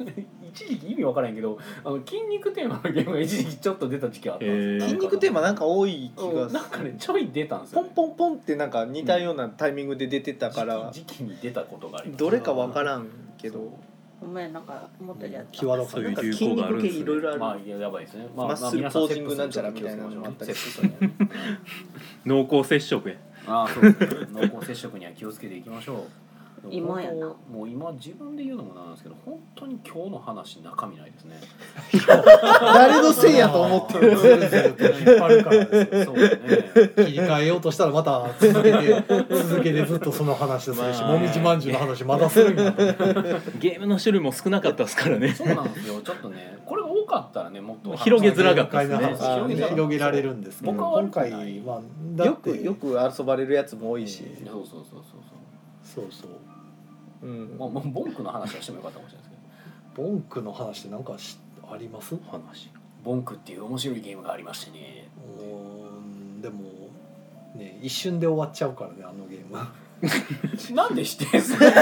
S2: 一時期意味わからへんけどあの筋肉テーマのゲームが一時期ちょっと出た時期あったんです
S1: へ
S2: よ
S1: ー
S4: 筋肉テーマなんか多い気
S2: う
S4: が
S2: ん
S4: す
S2: な
S4: る
S2: んかねちょい出たんです
S4: ポ
S2: よ、
S4: ン
S2: ね、
S4: ポンポンってなんか似たようなタイミングで出てたから
S2: 時期時期に出たことがあります
S4: どれかわからんけ
S2: そ
S4: ど
S5: ごめんなんか持ってるやつ。
S3: 際ど
S1: そう
S3: く
S1: い
S4: な
S1: うん
S4: か筋
S1: 流行があるん
S4: 肉系
S1: ですね
S4: いろいろ
S2: ま
S4: あ
S2: あ
S4: る
S2: やばいですね
S4: まっすぐ
S2: 皆さん
S4: ポージングなんちゃらみたいなのもあったり
S2: セックスに気をつけましょうね
S1: 濃厚接触や
S2: ああそうですね濃厚接触には気をつけていきましょう
S5: 今やな
S2: 本当もう今自分で言うのもなんですけど本当に今日の話中身ないですね
S4: 誰のせいやと思ってる
S3: ずるずると引っ張るからですよ
S2: そうね
S3: 切り替えようとしたらまた続けて続けてずっとその話するし、
S1: まあ
S3: もみじまんじゅうの話まだするんやと思って
S1: ゲームの種類も少なかったですからね
S2: そうなんですよちょっとねこれが多かったらねもっと
S1: 広げづらかったです
S3: 業界
S1: ね
S3: の話をね
S4: あー
S3: 広げられるんですけど
S2: 僕は悪
S3: 今
S2: くない
S3: 回はだ
S4: よ
S3: って
S4: くよく遊ばれるやつも多いし、
S2: そうそうそうそうそ
S3: そうそう
S4: うん
S2: う、まあ、もうボンクの話はしてもよかったかもしれないですけど
S3: ボンクの話ってなんかしありますう
S1: 話
S2: ボンクっていう面白いゲームがありましてね
S3: ーんでもね一瞬で終わっちゃうからねあのゲームは
S2: なんで否定するの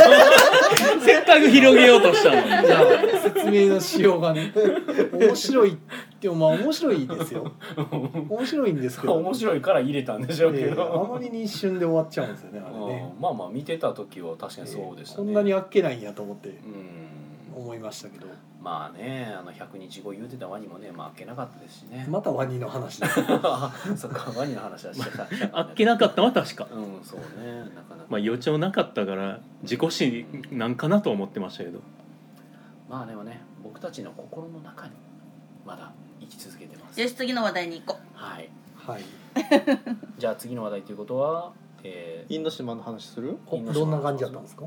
S1: 選択広げようとしたの
S3: い
S1: に
S3: や説明のしようがね面白いってまあ面白いですよ面白いんですけど
S2: 面白いから入れたんでしょうけ
S3: えーあ
S2: ど、
S3: まりに一瞬で終わっちゃうんですよねあれね
S2: うんまあまあ見てた時は確かにそうでしたね、
S3: こんなにあっけないんやと思って
S2: うん
S3: 思いましたけど
S2: まあねあの100日後言うてたワニもねまああっけなかったですしね、
S3: またワニの
S2: [laughs]
S3: 話です
S2: そっかワニの話はしてた
S1: あっけなかったのは確か
S2: うんそうねなかなか
S1: まあ予兆なかったから自己死なんかなと思ってましたけど
S2: まあでもね僕たちの心の中にまだ生き続けてます
S5: よし次の話題に行こ
S2: はい
S3: はい
S2: じゃあ次の話題ということは、えー
S4: 因島の話する
S3: おどんな感じだったんですか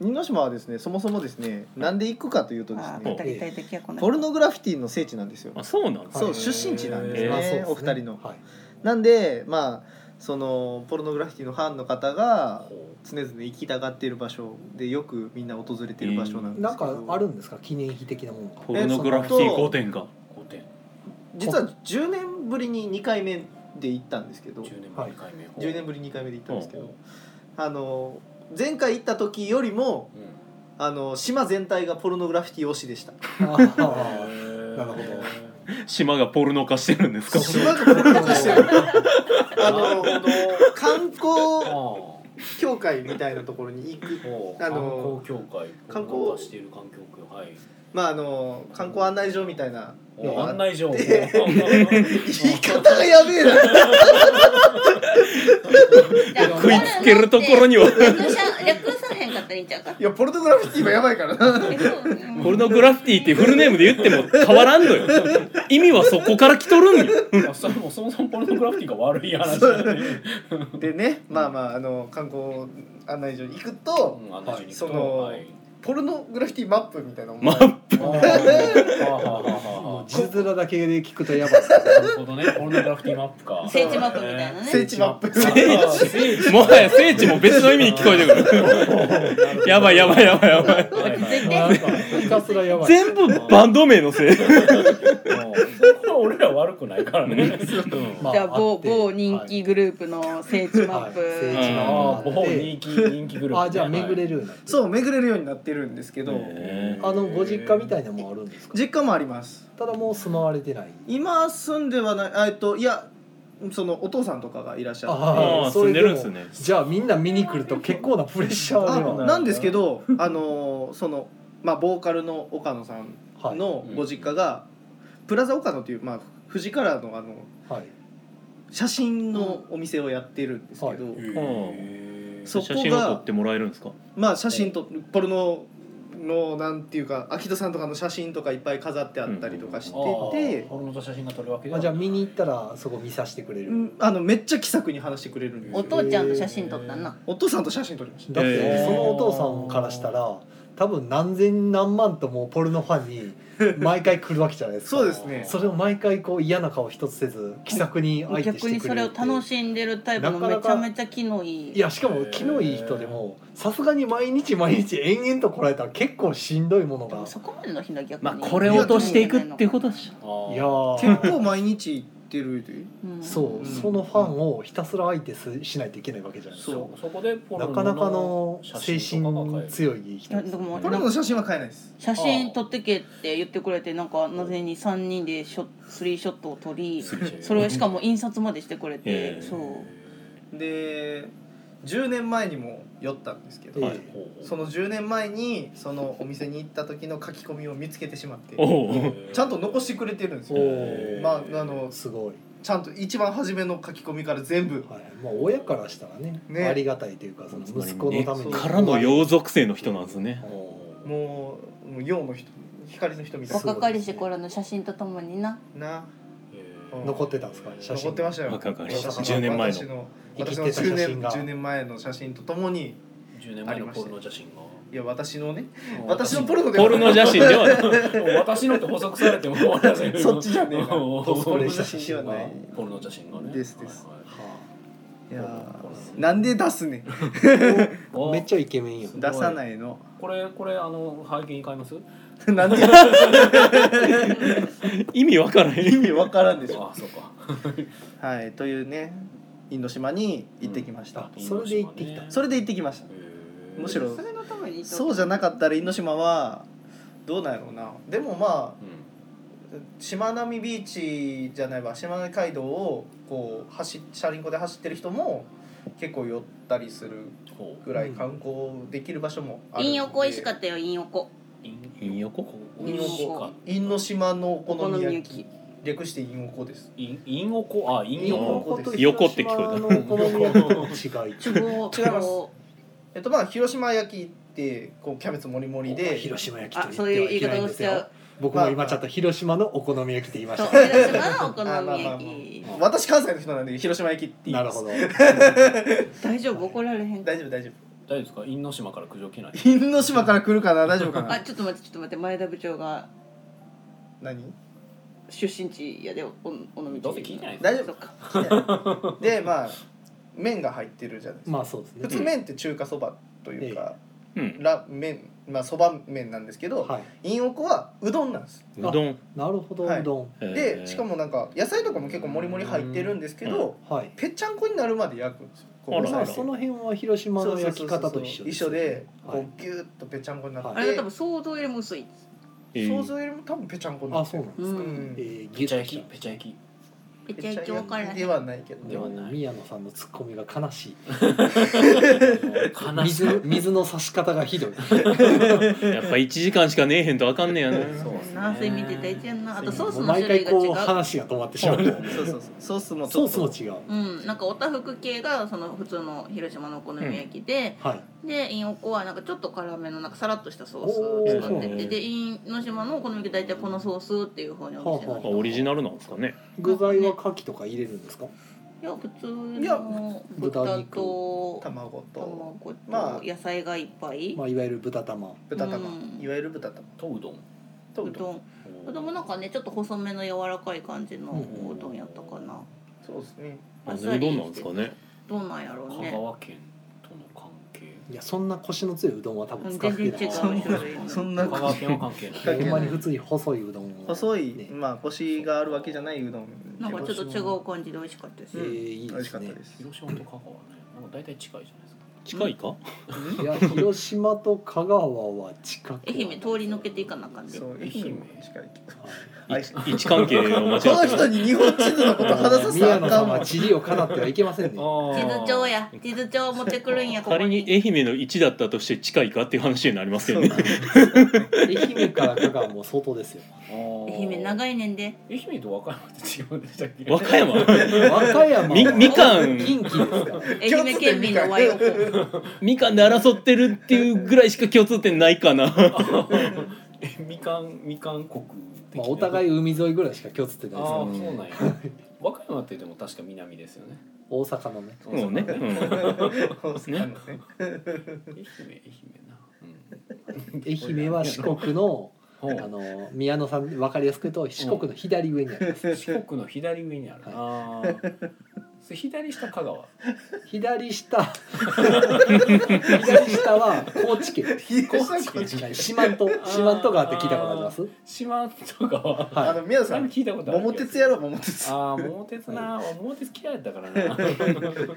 S4: 因島はですねそもそもですねなんで行くかというと
S5: う。
S4: です
S5: あー
S4: ね
S5: 語りたい時はこの。
S4: ポルノグラフィティの聖地なんですよ
S1: あそうなんです
S4: そう
S3: はい
S4: 出身地なんです
S1: へ
S4: ね、
S3: あ
S1: ー
S3: そうですね
S4: お二人の
S3: はい
S4: なんでまあそのポルノグラフィティのファンの方が
S2: ほう
S4: 常々行きたがっている場所でよくみんな訪れている場所なんです
S3: なん
S4: けど、
S3: かあるんですか記念碑的なものが
S1: ポルノグラフィティ5点が
S2: 5点
S4: 実は10年ぶりに2回目で行ったんですけど
S2: 10年ぶ
S3: は
S2: り2
S3: い
S2: 回目、
S4: 10年ぶりに2回目で行ったんですけ
S2: ほ
S4: どあの前回行った時よりも
S2: り、
S4: あの島全体がポルノグラフィティ推しでした
S3: あー
S2: うん
S3: なるほど
S1: 島がポルノ化してるんですか
S4: 島がポルノ化してるあの
S2: なるほ
S4: 観
S2: あ
S4: 光
S2: あ
S4: 協会みたいなところに行く
S2: ほう
S4: あの
S2: 観光協会
S4: 観光
S2: ポルノ化している観光協会
S4: まああの観光案内所みたいなの
S2: お
S4: が
S2: 案内状
S4: で言い
S2: 言
S4: 方がやべえな
S5: じゃあ
S1: 食いつけるところには
S5: 略しゃ略さへんかったらいいんちゃうか。
S4: いやポルノグラフィティはやばいからな
S5: えそううん
S1: ポルノグラフィティってフルネームで言っても変わらんのよ意味はそこから来とるんよ
S2: まあ [laughs] それもそもそもポルノグラフィティが悪い話だね。
S4: でねまあまああの観光案内所に行くと
S2: うん、あの順に行くと
S4: その
S2: はい
S4: ポルノグラフィティマップみたいなのも
S1: マッ
S2: あーはあはあはあ
S3: も
S2: はあ
S3: う字面だけで聞くとやばい
S2: なるほどね、ポルノグラフィティマップか。
S5: 聖地マップみたいなね
S4: 聖地マップ
S2: あー聖地
S1: もはや聖地も別の意味に聞こえてくる [laughs] やばいやばいやばいやばい
S5: 落ち着いて。
S3: なんかひたすらやばい
S1: 全部バンド名のせい
S2: もうこれは俺ら悪くないからね。うん
S3: ま
S5: じゃあ
S3: あっ
S5: 某
S3: て
S5: 某人気グループの聖地マップ。
S3: はい聖
S1: 地マッ
S2: ああ、
S3: うん
S2: 某人気人気グループね。
S3: あじゃあ巡れ
S2: る。
S3: るようになってる
S4: そう巡れるようになってるんですけど、
S1: へ
S3: あのご実家みたいなのもあるんですか
S4: 実家もあります
S3: ただもう住まわれてない
S4: 今住んではないあえっといやそのお父さんとかがいらっしゃって
S1: あー
S3: それも
S1: 住んでるんすね
S3: じゃあみんな見に来ると結構なプレッシャーで
S4: あ
S3: は
S4: なんですけどあのそのまあボーカルの岡野さん
S3: はい
S4: のご実家が、プラザ岡野というまあ富士カラーのあの
S3: はい
S4: 写真のお店をやってるんですけど、
S1: うん
S4: そこが
S1: 写真を撮ってもらえるんですか
S4: まあ写真とポルノのなんていうか秋人さんとかの写真とかいっぱい飾ってあったりとかしてて、
S2: 俺のと写真が撮るわけ
S3: あじゃあ見に行ったらそこ見させてくれ
S4: う
S3: る
S4: んあのめっちゃ気さくに話してくれるんです
S5: お
S4: よ
S5: 父ちゃんと写真撮ったな
S4: お父さんと写真撮りました
S3: だって
S1: えー
S3: そのお父さんからしたら多分何千何万ともポルノファンに毎回来るわけじゃないですか
S4: [laughs] そうですね
S3: それを毎回こう嫌な顔一つせず気さくに相手してく
S5: 逆
S3: れる
S5: にそれを楽しんでるタイプの
S3: なかな
S5: めち
S3: か
S5: ゃめちゃ気のいい
S3: いやしかも気のいい人でもさすがに毎日毎日延々と来られたら結構しんどいもの
S5: で
S3: が
S5: もそこまでの日の逆に
S1: まあこれを落としていくってことでしょ
S2: あ
S3: い
S2: い
S3: や
S2: や
S3: ー
S4: 結構毎日行って
S3: [laughs]
S4: るで
S5: うん
S3: そう、
S4: うん
S3: そのファンをひたすら相手すしないといけないわけじゃないですか
S2: そうそこでポ
S3: な
S2: ルノ
S3: かなかの
S2: 写
S3: 精
S2: 真
S3: 神
S2: とかが買える
S3: 強い人です
S5: いやでも
S4: これの写真は買えないです
S5: 写真撮ってけって言ってくれてなんかなぜに3人でショッスリーショットを撮り
S2: スリーショット
S5: それをしかも印刷までしてくれて
S1: えー
S5: そう
S4: で10年前にも酔ったんですけど、
S3: え
S1: はい
S2: ほうほう
S4: その10年前にそのお店に行った時の書き込みを見つけてしまって
S1: おお
S4: ちゃんと残してくれてるんです
S3: お
S4: よ
S3: ー
S4: まああの
S3: すごい、
S4: ちゃんと一番初めの書き込みから全部
S3: はいまあ、親からしたらね
S4: ね
S3: ありがたいというかその息子のために、
S4: ね
S1: からの洋属性の人なんですね
S2: も
S4: もうもう陽の人光の人みたい
S5: 若
S3: そう
S5: かりし頃の写真とともにな
S4: な
S2: う
S3: 残ってたんですか写真
S4: 残ってましたよ
S1: 若かり
S3: し頃
S4: 私の
S1: 10年前の
S4: 私の
S3: 生き
S4: 私
S3: て
S4: の
S3: た写
S4: 10年
S3: 真が
S4: ,10 年前の写真とともに
S2: 10年前のポルノ写真が
S4: いや私のね私のポルノで
S1: [laughs]
S4: は
S1: ポルノ写真ではな
S2: [laughs]
S1: い
S2: 私のって補足されても終わらせる
S4: [laughs] そっちじゃねえな
S2: ポ
S3: そ
S4: ポル
S3: れ
S4: ノ写真ではない
S2: ルノ写真がね
S4: ですです
S2: はいはい
S3: はい
S4: や
S2: ポルノ
S4: ーなんで出すねん
S2: あ
S3: [laughs] めっちゃイケメンよ
S2: ごい
S4: 出さない [laughs] の
S2: これこれあの背景に変えます
S4: なんで
S1: 意味わからへん
S4: 意味わからんでしょ
S2: あそうか
S4: [laughs] はいというねインド島に行ってきました、
S3: うんそれで行ってきた
S4: それで行ってきました
S2: へー
S4: むしろ
S5: それのために
S4: そうじゃなかったら因島はどうなんやろうなでもまあ
S2: う
S4: しまなみビーチじゃないわしまなみ海道をこう走っ車輪湖で走ってる人も結構寄ったりする
S2: んほう
S4: ぐらい観光できる場所もある
S5: 陰横美味しか
S4: か
S5: ったよ陰横
S1: いいよこ
S5: 陰横
S4: 因島のお
S5: お好
S4: 好み
S5: み
S4: 焼
S5: 焼
S4: き
S5: き
S4: 略して因横です
S2: 陰陰おこあ陰おこ
S4: 横です
S1: 横って聞こえ
S3: 広
S1: た
S3: 島のお好み焼きとの違い
S5: 違う
S4: 違いますえっとまあ広島焼きってこうキャベツもりもりで
S3: 広島焼きと
S5: あ
S3: 言って
S5: そう
S3: はいいう
S5: 言い
S3: けない
S5: 方
S3: ん
S5: を
S3: で
S5: し
S3: す
S5: ち
S3: よ
S5: ゃう
S3: 僕も今ちょっと広島のお好み焼きって言いまし
S5: そう
S3: たね、
S5: 広島のお好み
S4: あまあまあ
S5: 焼
S4: ま
S5: き
S4: あ私関西の人なんで広島焼きって言
S3: [laughs]
S4: い
S3: な
S4: ま
S3: る
S4: す
S3: ほど
S5: 大丈夫怒られへん
S4: 大丈夫大丈夫 [laughs]
S2: 大丈夫ですか因島から苦情来ない
S4: 因島から来るかな大丈夫か
S5: あ
S4: な
S5: ちょっと待ってちょっと待って前田部長が
S3: [laughs]
S4: 何
S5: 出身地やでおおおのみ
S2: どうせ聞いてない
S4: 大丈
S5: そ
S4: 夫
S5: っか
S4: でまあ麺が入ってるじゃないですか、
S3: まあそうですね
S4: 普通麺って中華そばというか、
S1: うん
S4: ラ麺まあそば麺なんですけど、
S3: はい
S4: インオコはうどんなんです
S1: うどん
S3: なるほど、
S4: はいう
S3: どん
S4: でしかもなんか野菜とかも結構もりもり入ってるんですけど、
S3: はい
S4: ぺっちゃんこになるまで焼くんですよこ
S1: あ
S4: う
S1: ら
S3: まあ
S1: あら
S4: そう
S3: その辺は広島
S4: そ
S3: の
S4: うそう
S3: 焼き
S4: そうそう
S3: 方と一緒
S4: 一緒で
S3: は
S4: こ
S3: いう
S4: ギューッとぺっちゃんこになって、
S3: は
S5: あれが多分想像よりも薄い
S1: え
S4: ソー
S1: ー
S4: スよりも多分ぺちゃんこにな
S3: あ
S4: って
S3: そうなん
S4: る
S3: です
S5: う
S3: か、
S5: ん
S3: え
S4: う
S3: ー、
S2: ペ
S3: ギ
S2: チャ
S3: ュッと
S2: 焼
S3: し
S2: きペチャ焼き
S5: め
S4: ぺ
S5: ちゃ
S4: ちゃ
S5: めちゃ分から
S4: ん
S5: へ
S4: こ
S5: ん
S4: ではないけど
S3: た
S2: で
S3: で
S2: は
S3: も
S2: ない
S3: 宮野さんのツッコミが悲
S4: [laughs]
S3: しい
S2: 悲しい
S3: 水水の差し方がひどい
S1: やっぱ1時間しかねえへんとあかんねやな
S2: そうですね
S5: な汗見てたいちゃんなあとソースの
S3: 毎
S5: 種
S3: 回
S5: 類が
S3: こ
S5: 違
S3: う
S5: う
S3: 話が止まってしまう
S4: [laughs] そうそうそうソースもち
S3: ソ
S4: ょ
S3: ー
S4: っ
S3: スも
S4: と
S3: 違う
S5: うんなんかおたふく系がその普通の広島のお好み焼きで、
S3: はい
S5: でインオコはなんかちょっと辛めのなんかさらっとしたソースを使
S1: お
S5: って
S1: ーそうな
S5: て
S1: ん
S5: でインの島のお好み焼き大体このソースっていう方にお店の
S1: あオリジナルなんですかね
S3: 具材は牡蠣とか入れるんですか
S5: いや普通
S4: いや
S5: の
S3: 豚
S5: 豚
S3: 肉
S5: と
S4: 卵と
S5: 卵と
S4: まあ
S5: 野菜がいっぱい、
S3: まあいわゆる豚玉
S4: 豚玉、
S5: うん
S4: いわゆる豚玉
S2: とうどん
S4: とうど
S5: う
S4: ん
S5: どんうどんもなんかねちょっと細めの柔らかい感じのおうどんやったかな
S4: そうですね
S1: あうどんなんですかね
S5: どうなんやろう
S2: 香
S5: ね
S2: 川県との関係
S3: いやそんな腰の強いうどんは多分使ってない
S5: 全然違う
S3: ほ
S4: そんな
S2: 香川県は関係
S4: 関
S2: な
S4: 係
S2: い
S3: ん
S4: な
S3: ま
S4: い
S3: に普通に細いうどんを
S4: 細い、
S3: ね
S4: まあ腰があるわけじゃないうどん
S5: なんかちょっと違う感じで美味しかったです
S3: えー
S5: ね
S3: いい
S4: 美
S3: で
S4: 味しか
S3: す
S4: った
S3: ね
S4: です
S2: 広島と香川ねなんか大体近いじゃないですか
S1: 近いか
S3: いや広島と香川は近く
S5: 愛媛通り抜けていかなあかんで
S4: そう愛媛も近いけど
S1: 位
S4: はい
S1: 置位置関係を間違って
S4: この
S1: ない
S4: 人に日本地図のこと話させ
S3: 宮
S4: たらあ
S3: 野
S4: か
S3: さ
S4: ん
S3: ん
S4: わ
S3: は地理をかなってはいけませんね
S5: 地図帳
S2: や
S5: や地図帳持ってくるんやここ
S1: 仮に
S5: に
S1: 愛媛の1だったとして近いかっていう話になりますけ
S4: そ
S1: どね
S4: うなんです
S3: 愛媛から香川も相当ですよ
S5: 愛媛
S2: い
S5: 長いねんで
S2: 愛媛と和歌山って違うんでしたっけ
S1: 和歌山
S3: 和歌山は
S1: みみかん
S3: 近畿ですから
S4: [laughs]
S5: 愛媛県民の和横
S1: みかん間で争ってるっていうぐらいしか共通点ないかな
S2: えみかんみかん国的
S3: ま
S2: な
S3: あ、お互い海沿いぐらいしか共通ってないです
S2: ああ
S3: ね
S2: そうなんや和歌山ってでも確か南ですよね
S3: 大阪のね
S1: そうね、うん、
S4: そうね
S2: 愛媛愛媛な
S3: 愛媛は四国のあ
S2: うんほう
S3: の宮野さん分かりやすく言うと四国の左上にあり
S1: [laughs]
S3: ます
S2: 四国の左上にあるな、あーそれ左下香川
S3: 左下左下は高知県はい四
S1: [laughs]
S3: 万十四万十川って聞いたことあります
S2: 四万十川
S4: あ
S3: は
S4: の皆さ
S2: なん
S4: ん
S2: か聞いたことある
S4: 桃鉄やろう桃鉄
S2: ああ桃鉄な、俺桃鉄嫌いだったか
S4: [laughs]
S2: らなうん桃鉄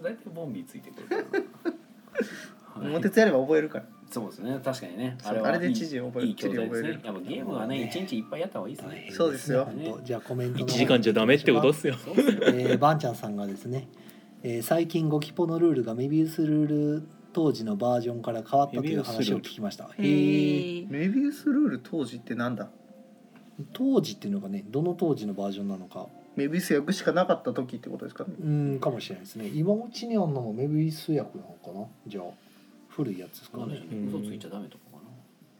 S2: 大体ボンビーついてくるからな、は
S4: 桃
S2: い、
S4: 鉄やれば覚えるから
S2: そうですね確かにね
S4: そう
S2: あれは
S4: あれで知事覚える
S2: いい教材です
S4: 地理
S2: ね
S4: 覚
S2: やっぱゲームはね一日いっぱいやった方がいいですね
S3: い
S4: そうですよ
S3: 大変ねほんとじゃあコメントの
S1: 1時間じゃダメってことっすよ
S2: そうですね
S3: えー、ばんちゃんさんがですね、えー最近ゴキポのルールがメビウスルール当時のバージョンから変わったという話を聞きましたへ
S5: へ
S3: ー
S5: ー
S4: メビウスルール当時ってなんだ
S3: 当時っていうのがねどの当時のバージョンなのか
S4: メビウス役しかなかった時ってことですかね
S3: うんかもしれないですね今うちにあんのもメビウス薬なのかなじゃあ古いやつですか
S2: まあね
S3: ね
S1: うん
S2: 嘘ついちゃダメとかかな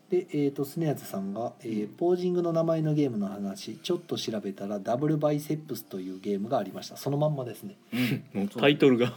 S3: でえー、とスネアズさんが、えーポージングの名前のゲームの話ちょっと調べたらダブルバイセップスというゲームがありましたそのまんまですね
S1: もうタイトルが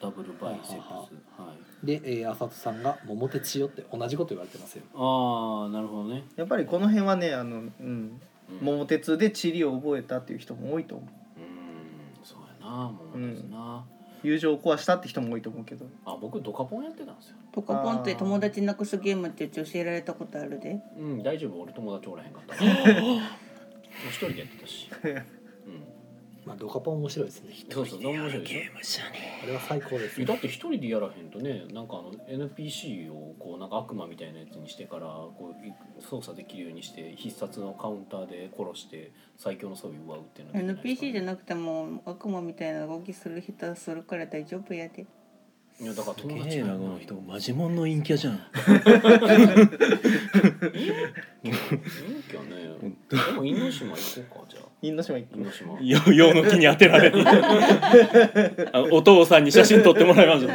S2: ダブルバイセップス
S3: は
S2: はい
S3: で、えー、浅田さんが「桃鉄よ」って同じこと言われてますよ
S2: ああなるほどね、
S4: やっぱりこの辺はねあの、うん、
S2: うん、う
S4: 桃鉄で地理を覚えたっていう人も多いと思う
S2: ーんそうやなもうですな、
S4: 友情を壊したって人も多いと思うけど [laughs]
S2: あ僕ドカポンやってたんですよ
S5: ポカポンって友達なくすゲームってうち教えられたことあるで
S2: うん大丈夫俺友達おらへんか [laughs] ったからもう一人でやってたし、うん、
S3: まあドカポン面白いですね
S2: そうそう面白いでし
S3: あれは最高です
S2: ょ
S3: ね
S2: だって一人でやらへんとねなんかあの NPC をこうなんか悪魔みたいなやつにしてからこう操作できるようにして必殺のカウンターで殺して最強の装備奪うっていうのはできないですから
S5: NPC じゃなくても悪魔みたいな動きする人はするから大丈夫やで
S2: いやだから友
S1: すげ
S2: 達
S1: えなこの人マジモンの陰キャじゃん
S2: いいけどねでも犬島行こうかじゃあ
S4: 因島行く
S2: 犬島
S1: よ陽の木に当てられ [laughs] てあお父さんに写真撮ってもらいましょう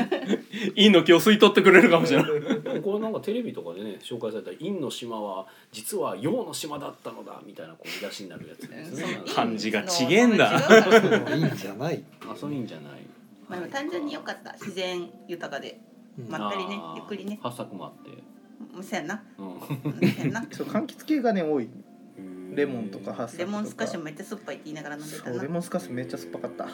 S1: 陰の木を吸い取ってくれるかもしれない
S2: これなんかテレビとかでね紹介された「陰の島は実は陽の島だったのだ」みたいなこう見出しになるやつですね。
S1: 感じがちげえんだ
S5: そう違うから
S3: いいんじゃない、
S2: あそういうんじゃない。
S5: [laughs] まあでも単純に良かった自然豊かで
S3: うん
S5: まあったりね
S2: あー
S5: ゆっくりね
S2: 発作もあって。
S5: もうせやな
S2: う
S5: うんせやな
S4: そう柑橘系がね多い
S2: ん
S4: レモンとかハッサク
S5: レ
S4: とか
S5: モンスカッシュめっちゃ酸っぱいって言いながら飲んでた
S4: そうレ
S5: な
S4: モンスカッシュめっちゃ酸っぱかった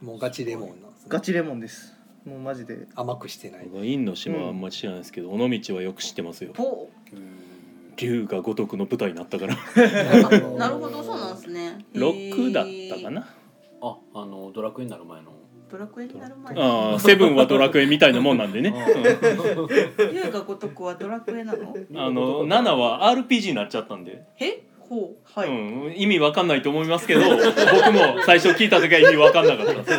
S3: もうガチレモンなんです、ね、
S4: ガチレモンですもうマジで
S3: 甘くしてない
S1: 陰の島はあんまり知らないですけど、尾道はよく知ってますよ
S5: ほ
S2: うん
S1: 龍が如くの舞台になったから
S5: うなるほどそうなんですねへー
S1: 6だったかな
S2: ああのドラクエになる前の。
S5: ドラクエになる前
S1: ああセブンはドラクエみたいなもんなんでね
S5: 龍が如くはドラクエなの
S1: うんあの7は RPG になっちゃったんで、
S5: えほうはい、
S1: うん、意味わかんないと思いますけど僕も最初聞いた時は意味わかんなかったです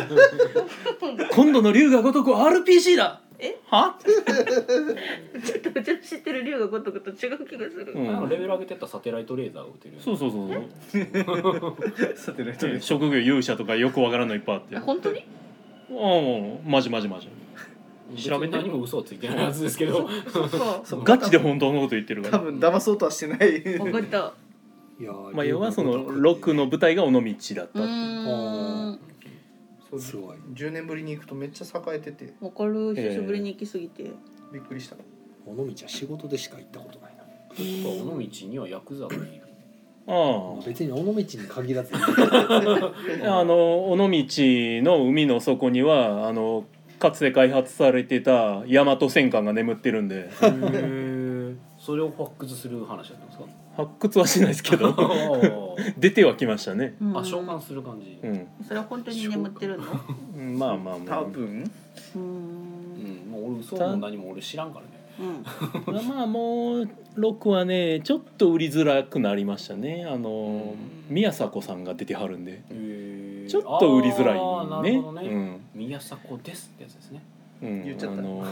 S1: 今度の龍が如くは RPG だ
S5: え
S1: は、
S5: ちょっとうちの知ってる龍が如くと違う気がする、
S1: うん
S2: あのレベル上げてったサテライトレーザーを打てる。
S1: そうそうそうそう
S4: サテライ
S1: ね職業勇者とかよくわからんのいっぱいあって
S5: あ本当に
S1: うんマジマジマジ調べて
S2: 何も嘘はついてないはずですけ
S1: [laughs]
S2: ど。
S5: そうか
S4: そう
S1: ガチで本当のこと言ってるか
S4: 多
S1: ら
S4: 分騙そうとはしてない
S5: 分かった
S3: いや
S1: まあ要はそのロックの舞台が尾道だっ
S5: う
S1: た
S5: ーん
S4: そう
S3: すごい
S4: 10年ぶりに行くとめっちゃ栄えてて
S5: わかる久しぶりに行きすぎて、
S4: びっくりした
S3: 尾道は仕事でしか行ったことないな
S2: 尾道にはヤクザがいる。
S1: ああ
S3: 別に尾道に限 [laughs] らず
S1: あの尾道の海の底にはあのかつて開発されてた大和戦艦が眠ってるんで
S2: それをファックスする話だったんですか。
S1: 発掘はしないです
S2: [laughs]
S1: けど出てはきましたね
S5: うん
S2: あ召喚する感じ。
S1: うん
S5: それは本当に眠ってるのう
S1: うんまあまあまあ
S4: 多分
S2: う
S5: ー
S2: んん、もう俺嘘も何も俺知らんからね。
S5: うん
S1: まあまあもう6はねちょっと売りづらくなりましたねあの
S2: うん
S1: 宮迫さんが出てはるんで
S2: へー
S1: ちょっと売りづら
S2: あーないる
S1: ね
S2: ほどね。宮迫ですってやつです
S1: [laughs]
S2: ね。
S1: うんうん
S4: 言っちゃった
S1: あの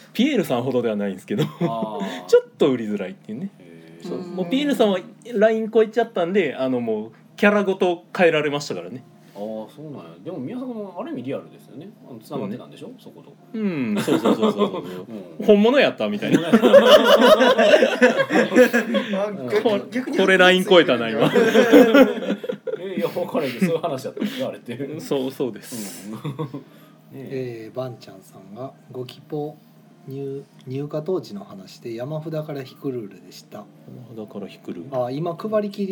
S1: [laughs] ピエールさんほどではないんですけど
S2: [laughs] あー
S1: ちょっと売りづらいっていうね
S2: へー
S1: そう
S5: うん
S1: もうピエールさんはライン超えちゃったんであのもうキャラごと変えられましたからね
S2: ああそうなんやでも宮迫もある意味リアルですよねあの繋がってたんでしょ、そこと、
S1: うんそうそうそうそうそう
S2: うん、
S1: 本物やったみたいなここれライン超えたな今
S2: えいや分かるけどそういう話だったんですよあれってうん
S1: そうそうです、
S2: ねえ
S3: えー、バンちゃんさんがご希望入入荷当時の話で山札から引くルールでした
S1: だからひくる
S3: あ今配り切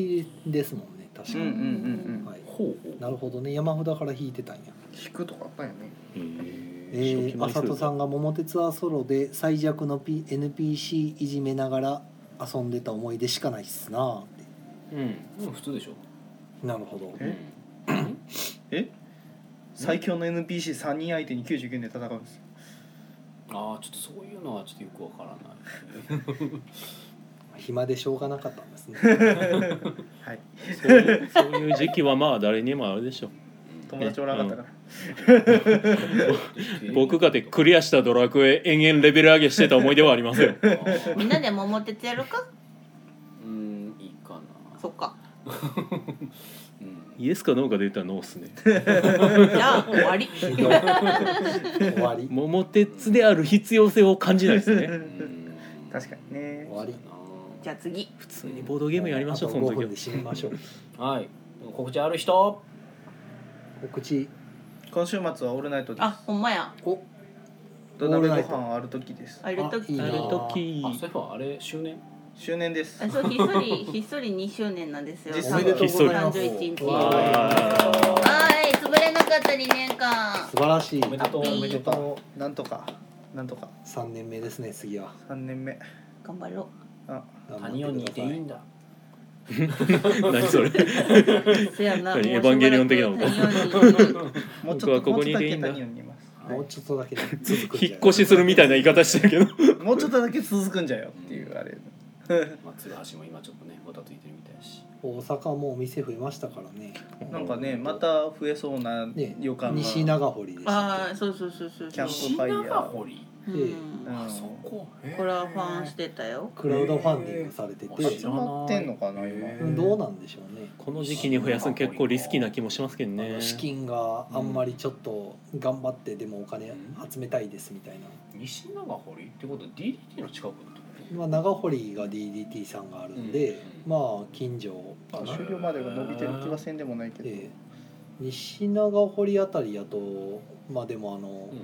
S3: りですもんね確
S4: う
S3: か
S4: ん
S3: に、
S4: うんうんうん
S3: はい、
S2: ほうほう
S3: なるほどね山札から引いてたんや
S4: 引くとかあったんやね
S3: えー、
S1: 小
S3: あ
S1: 気味
S3: さ
S1: する
S3: と
S1: ぞ
S3: さんが桃鉄はソロで最弱の、P、NPC いじめながら遊んでた思い出しかないっすな
S1: うん
S2: うん普通でしょ
S3: なるほど
S4: ええ最強の NPC3 人相手に99年戦うんですよ
S2: ああちょっとそういうのはちょっとよくわからない
S3: 暇でしょうがなかったんです
S1: [laughs]
S3: ね
S4: はい
S1: そういうそういう時期はまあ誰にもあるでしょう [laughs]
S4: 友達おらんかったから、
S1: 僕がでクリアしたドラクエ延々レベル上げしてた思い出はありません
S2: あー
S5: みんなで桃鉄やるか
S2: うんいいかな
S5: そっか
S2: うん
S1: イエスかノーかで言ったらノーっすね
S5: じゃあ終わり
S3: ひどい終わり
S1: 桃鉄である必要性を感じないです
S4: う
S1: ね
S4: ん [laughs] 確かにね
S3: 終わり
S5: じゃあ次
S1: 普通にボードゲームやりましょう
S3: あ
S1: そ
S3: と5
S1: の時
S3: 分
S1: は
S3: で死にましょう
S2: はい告知ある人
S3: 告知
S4: 今週末はオールナイトです
S5: あほんまや
S3: お
S4: 土鍋ご飯ある時です
S5: あると
S3: いい
S5: き
S1: あ
S3: な
S1: る時
S2: あそういえばあれ周年
S4: 周年です
S5: あそうひっそり [laughs] ひっそり2周年なんですよ
S4: 実
S3: おめでとうございます
S5: 31日
S3: わー
S5: はーい潰れなかった2年間
S3: 素晴らしい
S2: おめでとう
S5: あ
S2: おめで
S4: と
S2: と
S4: うかなんとかなんとか
S3: 3年目ですね次は
S4: 3年目
S5: 頑張ろ
S4: あ
S2: う
S3: 頑張
S2: 他人を
S3: って
S2: 似
S3: く
S2: てい
S3: ださ
S2: いんだ
S1: [laughs] 何それ
S5: うせやな
S1: 何エヴァンゲリオン的なこと
S5: と
S4: もうちょっと
S1: 僕はここにい
S4: もう
S1: てい
S4: ち
S1: い
S4: ょっ
S1: ん
S4: と
S1: だ
S4: だけ何を見ま
S3: もうちょっとだ
S4: [laughs]
S3: け続くんじゃない
S1: 引っ越しするみたいな言い方してるけど
S4: すもうちょっとだけ続くんじゃよっていうあれ
S2: まあ鶴橋も今ちょっとねごたついてるみたいだし
S3: 大阪もお店増えましたからね
S4: なんかねまた増えそうな
S3: ね
S4: 予感が、
S3: 西長堀でしたっ
S5: ああそうそうそうそう
S4: キャンプ
S2: 西長堀
S5: う
S3: で
S5: ん
S4: うん
S2: あそこへー
S5: これはファンしてたよ
S3: けクラウドファンディングされてて
S2: あ知ら
S4: な
S2: ない
S4: まってんのかな今
S2: へ
S3: うん
S2: ー
S3: どうなんでしょうね
S1: この時期に増やすの結構リスキーな気もしますけど
S3: あ
S1: ね
S3: の資金があんまりちょっと頑張ってでもお金集めたいですみたいな、
S2: 西長堀ってことは DDT の近くってこ
S3: まあ、長堀が DDT さんがあるんで、
S2: うん
S3: まあ近所
S4: ま
S3: か
S4: あ
S3: な、
S4: 終了までが伸びてる気はせんでもないけど、
S3: で西長堀あたりやとまあでもあ
S2: と
S3: の、
S2: うん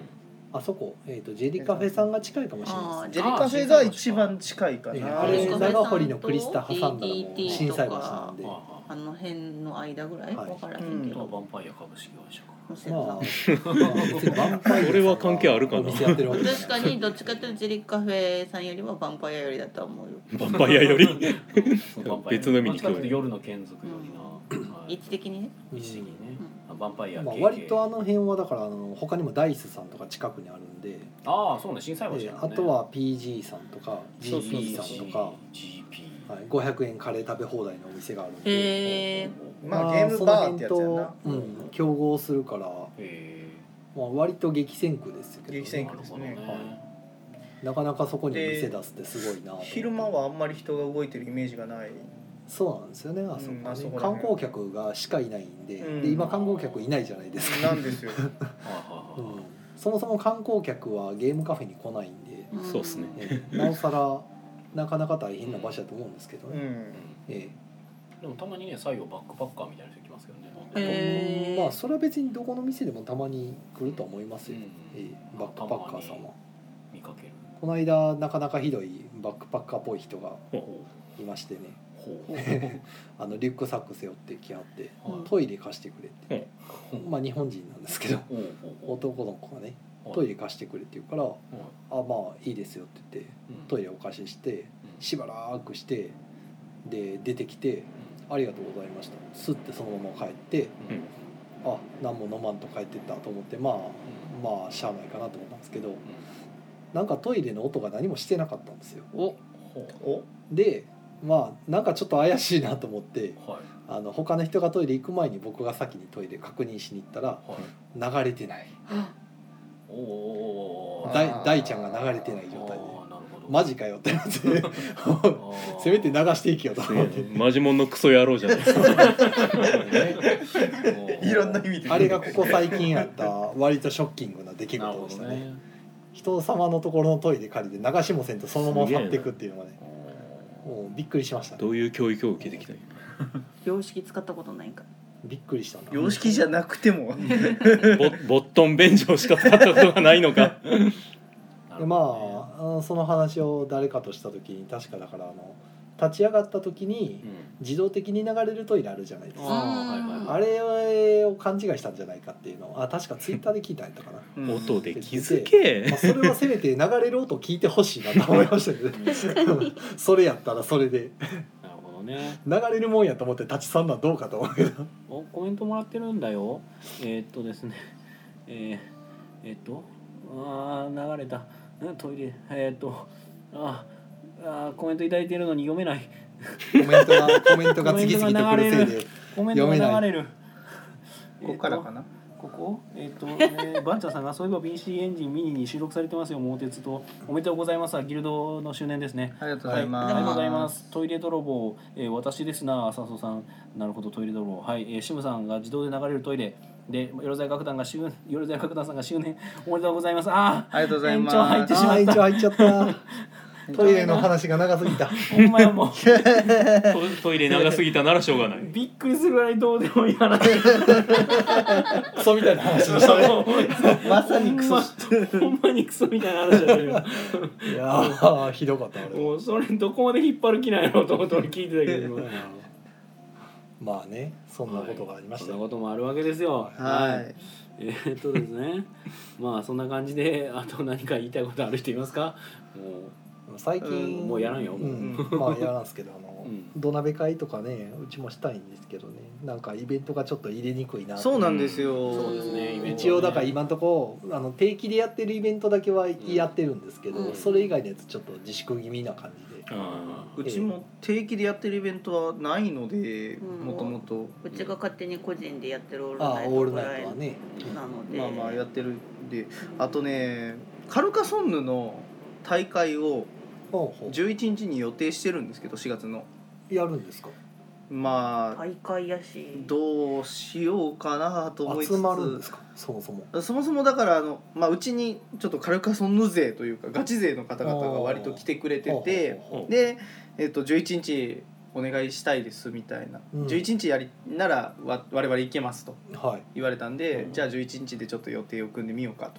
S3: あそこ、えー、とジェリカフェさんが近いかもしれない
S4: ジ
S3: で
S4: ェリカフェが一番近い
S3: す
S4: か
S3: ね、ええ
S4: な、
S3: あ
S5: ジェ
S3: れ
S5: リカフェ
S3: 長堀のクリスタ挟んだらもう震災橋なんで
S2: ああ
S3: ま
S2: ああ
S5: あの辺の間ぐらい
S3: はい
S5: わからへんけ
S2: あ
S5: ど
S2: ヴァンパイア株式会社か
S5: もし
S3: あ、
S5: や
S3: ま
S5: な
S3: あ、別にヴァンパイアさん
S1: これは関係あるかな
S3: お店やってるわけじゃない
S5: 確かにどっちかというとジェリカフェさんよりはヴァンパイアよりだとは思う
S1: バ
S5: よ
S1: ンパイアより別の意味に
S2: に
S1: 聞こえる
S2: 夜の眷属よりな、は
S5: 位
S2: い
S5: 置的にね
S3: うん
S2: 一時期ね、あヴァンパイア
S3: まあ、
S2: 系
S3: 割とあの辺はだからあの他にもダイスさんとか近くにあるんで、
S2: ああそうね震災橋
S3: で
S2: だもん
S3: あ
S2: ね
S3: とは PG さんとか
S2: そうそう
S3: GB さんとか、
S2: GP
S3: はい、500円カレー食べ放題のお店があるんで、
S5: へえ
S4: まあゲームバーってやつやな
S3: その辺とうん、競合するから、ま
S2: へ
S3: あ、割と激戦区ですけど、
S4: 激
S2: え
S4: 戦区ですね
S3: なかなかそこにお店出すってすごいなと思って
S4: 昼間はあんまり人が動いてるイメージがない
S3: そうなんですよねあそこはね、
S4: うんあそこら
S3: 観
S4: 辺
S3: 光客がしかいないんで,、
S4: うん
S3: で今観光客いないじゃないですか、
S4: な
S2: [laughs]
S4: んですよ
S2: はいはい
S3: うん
S2: はいはい
S3: そもそも観光客はゲームカフェに来ないんで、
S1: そうっすね
S3: ええなおさらなかなか大変な場所だと思うんですけど
S4: う
S3: ね、
S4: ん
S3: え
S2: うんでもたまにね西洋バックパッカーみたいな人来ますけどね
S3: え
S5: へえ
S3: まあそれは別にどこの店でもたまに来るとは思いますよ、
S2: うん
S3: ええバックパッカーさんは
S2: 見かける
S3: この間なかなかひどいバックパッカーっぽい人が
S2: ほ
S3: いましてね
S2: うほう
S3: あのリュックサック背負ってきはって
S2: はい
S3: トイレ貸してくれって、
S2: ほう
S3: まあ日本人なんですけど
S2: ほうほうほう
S3: 男の子がね
S2: はい
S3: トイレ貸してくれって言うから「あ
S2: はい
S3: まあいいですよ」って言って
S2: うん
S3: トイレお貸しして
S2: うん
S3: しばらくしてで出てきて「ありがとうございました」スッてそのまま帰って
S2: うんうん
S3: 「あ何も飲まんと帰ってった」と思ってまあまあしゃあないかなと思ったんですけどなんかトイレの音が何もしてなかったんですよ。
S2: ほ
S4: お
S3: でまあなんかちょっと怪しいなと思って
S2: うはい
S3: あの他の人がトイレ行く前に僕が先にトイレ確認しに行ったら
S2: はい
S3: 流れてない
S2: おーおーおーおー
S4: だ
S3: 大大ちゃんが流れてない状
S2: あーな
S3: 態で
S2: るほど
S3: マジかよってな [laughs] っ
S2: あ
S3: て
S2: ー
S3: せめて流していきよと思って
S1: マジモンのクソ野郎じゃないですか
S2: ね
S4: いろんな意味で
S3: あれがここ最近あった割とショッキングな出来
S2: なるほ
S3: 事でし
S2: ど
S3: たね
S2: ね
S3: 人様のところのトイレ借りて流しもせんとそのまま去っていくっていうのがねもうびっくりしましたね
S1: どういう教育を受けてきたんや
S5: 様式使ったことないか
S3: びっくりしたな
S4: 様式じゃなくても
S1: ボボットン便所しか使ったことがないのか
S3: でまああのその話を誰かとした時に確かだからあの立ち上がった時に
S2: うん
S3: 自動的に流れるトイレあるじゃないですか、
S2: あーはいはい
S3: あれを勘違いしたんじゃないかっていうのをあ確かツイッターで聞いたんやった
S1: [laughs]
S3: かな、
S4: うん
S1: 音で気づけ
S3: まあ、それはせめて流れる音を聞いてほしいなと思いましたけどね
S1: [laughs]
S3: それやったらそれで
S2: なるほどね
S3: 流れるもんやと思って立ち去んのはどうかと思うけど
S2: おコメントもらってるんだよえーっとですね [laughs] えー、えーっとあー流れたうんトイレえーっとあーあーコメントいただいているのに読めない
S3: コメントがコメントが次々と来るせい
S2: コメントが流れコメ
S3: で
S2: ントが流れる
S4: [laughs] ここからかな
S2: ここえっ、と、えー、バンチャーさんがそういえば BC エンジンミニに収録されてますよ桃鉄とおめでとうございますギルドの周年ですね
S4: ありがとうございます、
S2: ありがとうございますトイレ泥棒、えー私ですな浅草さんなるほどトイレ泥棒はい、えーシムさんが自動で流れるトイレでよろざい楽団が周よろざい楽団さんが周年おめでとうございますあー
S4: ありがとうございます
S2: 延長入ってし
S3: あ
S2: ま
S3: あ
S2: っ
S3: 一
S2: た
S3: 応入っちゃったトイレの話が長すぎた
S2: ほんまやもう
S1: トトイレ長すぎたならしょうがない
S2: びっくりするぐらいどうでもいい話
S3: クソみたいな話でしたね
S4: [laughs]
S2: ほ
S4: まさにクソ
S2: [laughs] んまにクソみたいな話だったよ
S3: いやー [laughs] ひどかった俺
S2: [laughs] もうそれどこまで引っ張る気ないのと思って俺聞いてた
S4: [laughs]
S2: けど
S3: うんまあねそんなことがありまし
S2: そん
S3: た
S2: な
S3: よ、
S2: こともあるわけですよ
S4: はい
S2: えーっとですねまあそんな感じであと何か言いたいことある人いますかも
S3: 最近、
S2: うんもうやらんよもうん
S3: [laughs] まあやらんすけどあの、
S2: うん
S3: 土鍋会とかねうちもしたいんですけどねなんかイベントがちょっと入れにくいな
S4: そうなんですよ、
S2: うそうですねイベント
S3: 一応だから今んとこあの定期でやってるイベントだけはやってるんですけど、
S5: うん
S3: それ以外のやつちょっと自粛気味な感じで、
S1: あ
S4: うちも定期でやってるイベントはないので、
S5: うん
S4: もともと
S5: うちが勝手に個人でやってるオール
S3: ああ
S5: ナイ
S3: オー
S5: ト
S3: ル
S5: ぐら
S3: ナイ
S5: い
S3: トはね、
S5: なので
S4: まあまあやってるんであとねカルカソンヌの大会を
S3: ほうほ
S4: 11日に予定してるんですけど4月の
S3: うやるんですか
S4: まあ
S5: 大会やし
S4: どうしようかなと思いつつ
S3: 集まるんですかそもそも
S4: そもそもだからあの、まあ、うちにちょっとカルカソンヌ勢というかガチ勢の方々が割と来てくれてて
S3: ほうほうほう
S4: で、えっと11日お願いしたいですみたいな、
S3: うん
S4: 11日やりならわ我々行けますと
S3: はい
S4: 言われたんで、
S2: うん
S4: じゃあ11日でちょっと予定を組んでみようか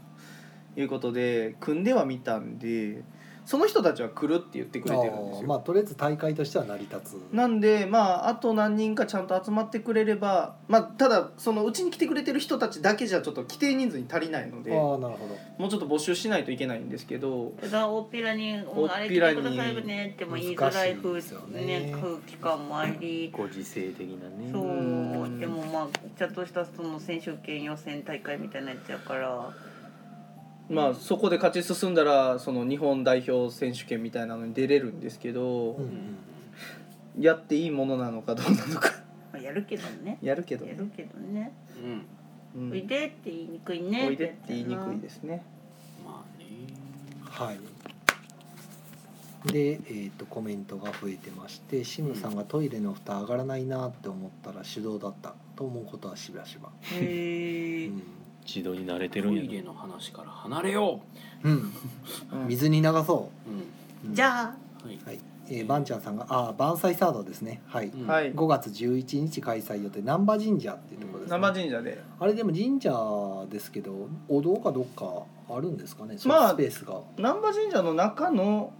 S4: ということで組んではみたんでその人たちは来るって言ってくれてるんです
S3: あー
S4: よ。
S3: まあとりあえず大会としては成り立つ
S4: なんでまああと何人かちゃんと集まってくれればまあただそのうちに来てくれてる人たちだけじゃちょっと規定人数に足りないので
S3: あ
S4: も
S3: あなるほど
S4: うちょっと募集しないといけないんですけど
S5: ただ大っぴらに「
S4: 大
S5: あ
S4: っ
S5: れ
S4: ぴ
S5: 来
S4: ら
S5: て
S4: に
S5: くださいね」っても言いづらい
S3: 難しいん
S5: 空
S3: ですよね
S5: ね空気感もあり
S2: ご時世的なね
S5: そう
S4: うん
S5: でもまあちゃんとしたその選手権予選大会みたいなやつやから
S4: まあそこで勝ち進んだらその日本代表選手権みたいなのに出れるんですけど、
S3: うんうん
S4: やっていいものなのかどうなのか [laughs]
S5: まあやるけどね
S4: やるけど
S5: や
S4: ね、
S5: るけどね
S2: うん
S4: うん
S5: おいでって言いにくいね
S4: おいでって言いにくいですね
S2: まあね
S3: はい。で、えー、とコメントが増えてましてシムさんがトイレの蓋上がらないなって思ったら手動だったと思うことはしばしば、う
S5: へえ
S3: ん
S1: 自動に慣れてる
S2: ト
S1: んや
S2: イレの話から離れよ、
S3: うん、
S4: うん
S3: 水に流そう
S2: うん
S3: う、うん
S5: じゃあ
S2: はい
S3: はいえー、バンちゃんさんが「ああバンサイサードですね」はい、
S2: うん
S4: はい
S3: 5月11日開催予定難波神社っていうところです、ね、
S4: 生神社で
S3: あれでも神社ですけどお堂かどっかあるんですかねそ
S4: ま
S3: の
S4: あ
S3: スペースが、
S4: 難波神社の中の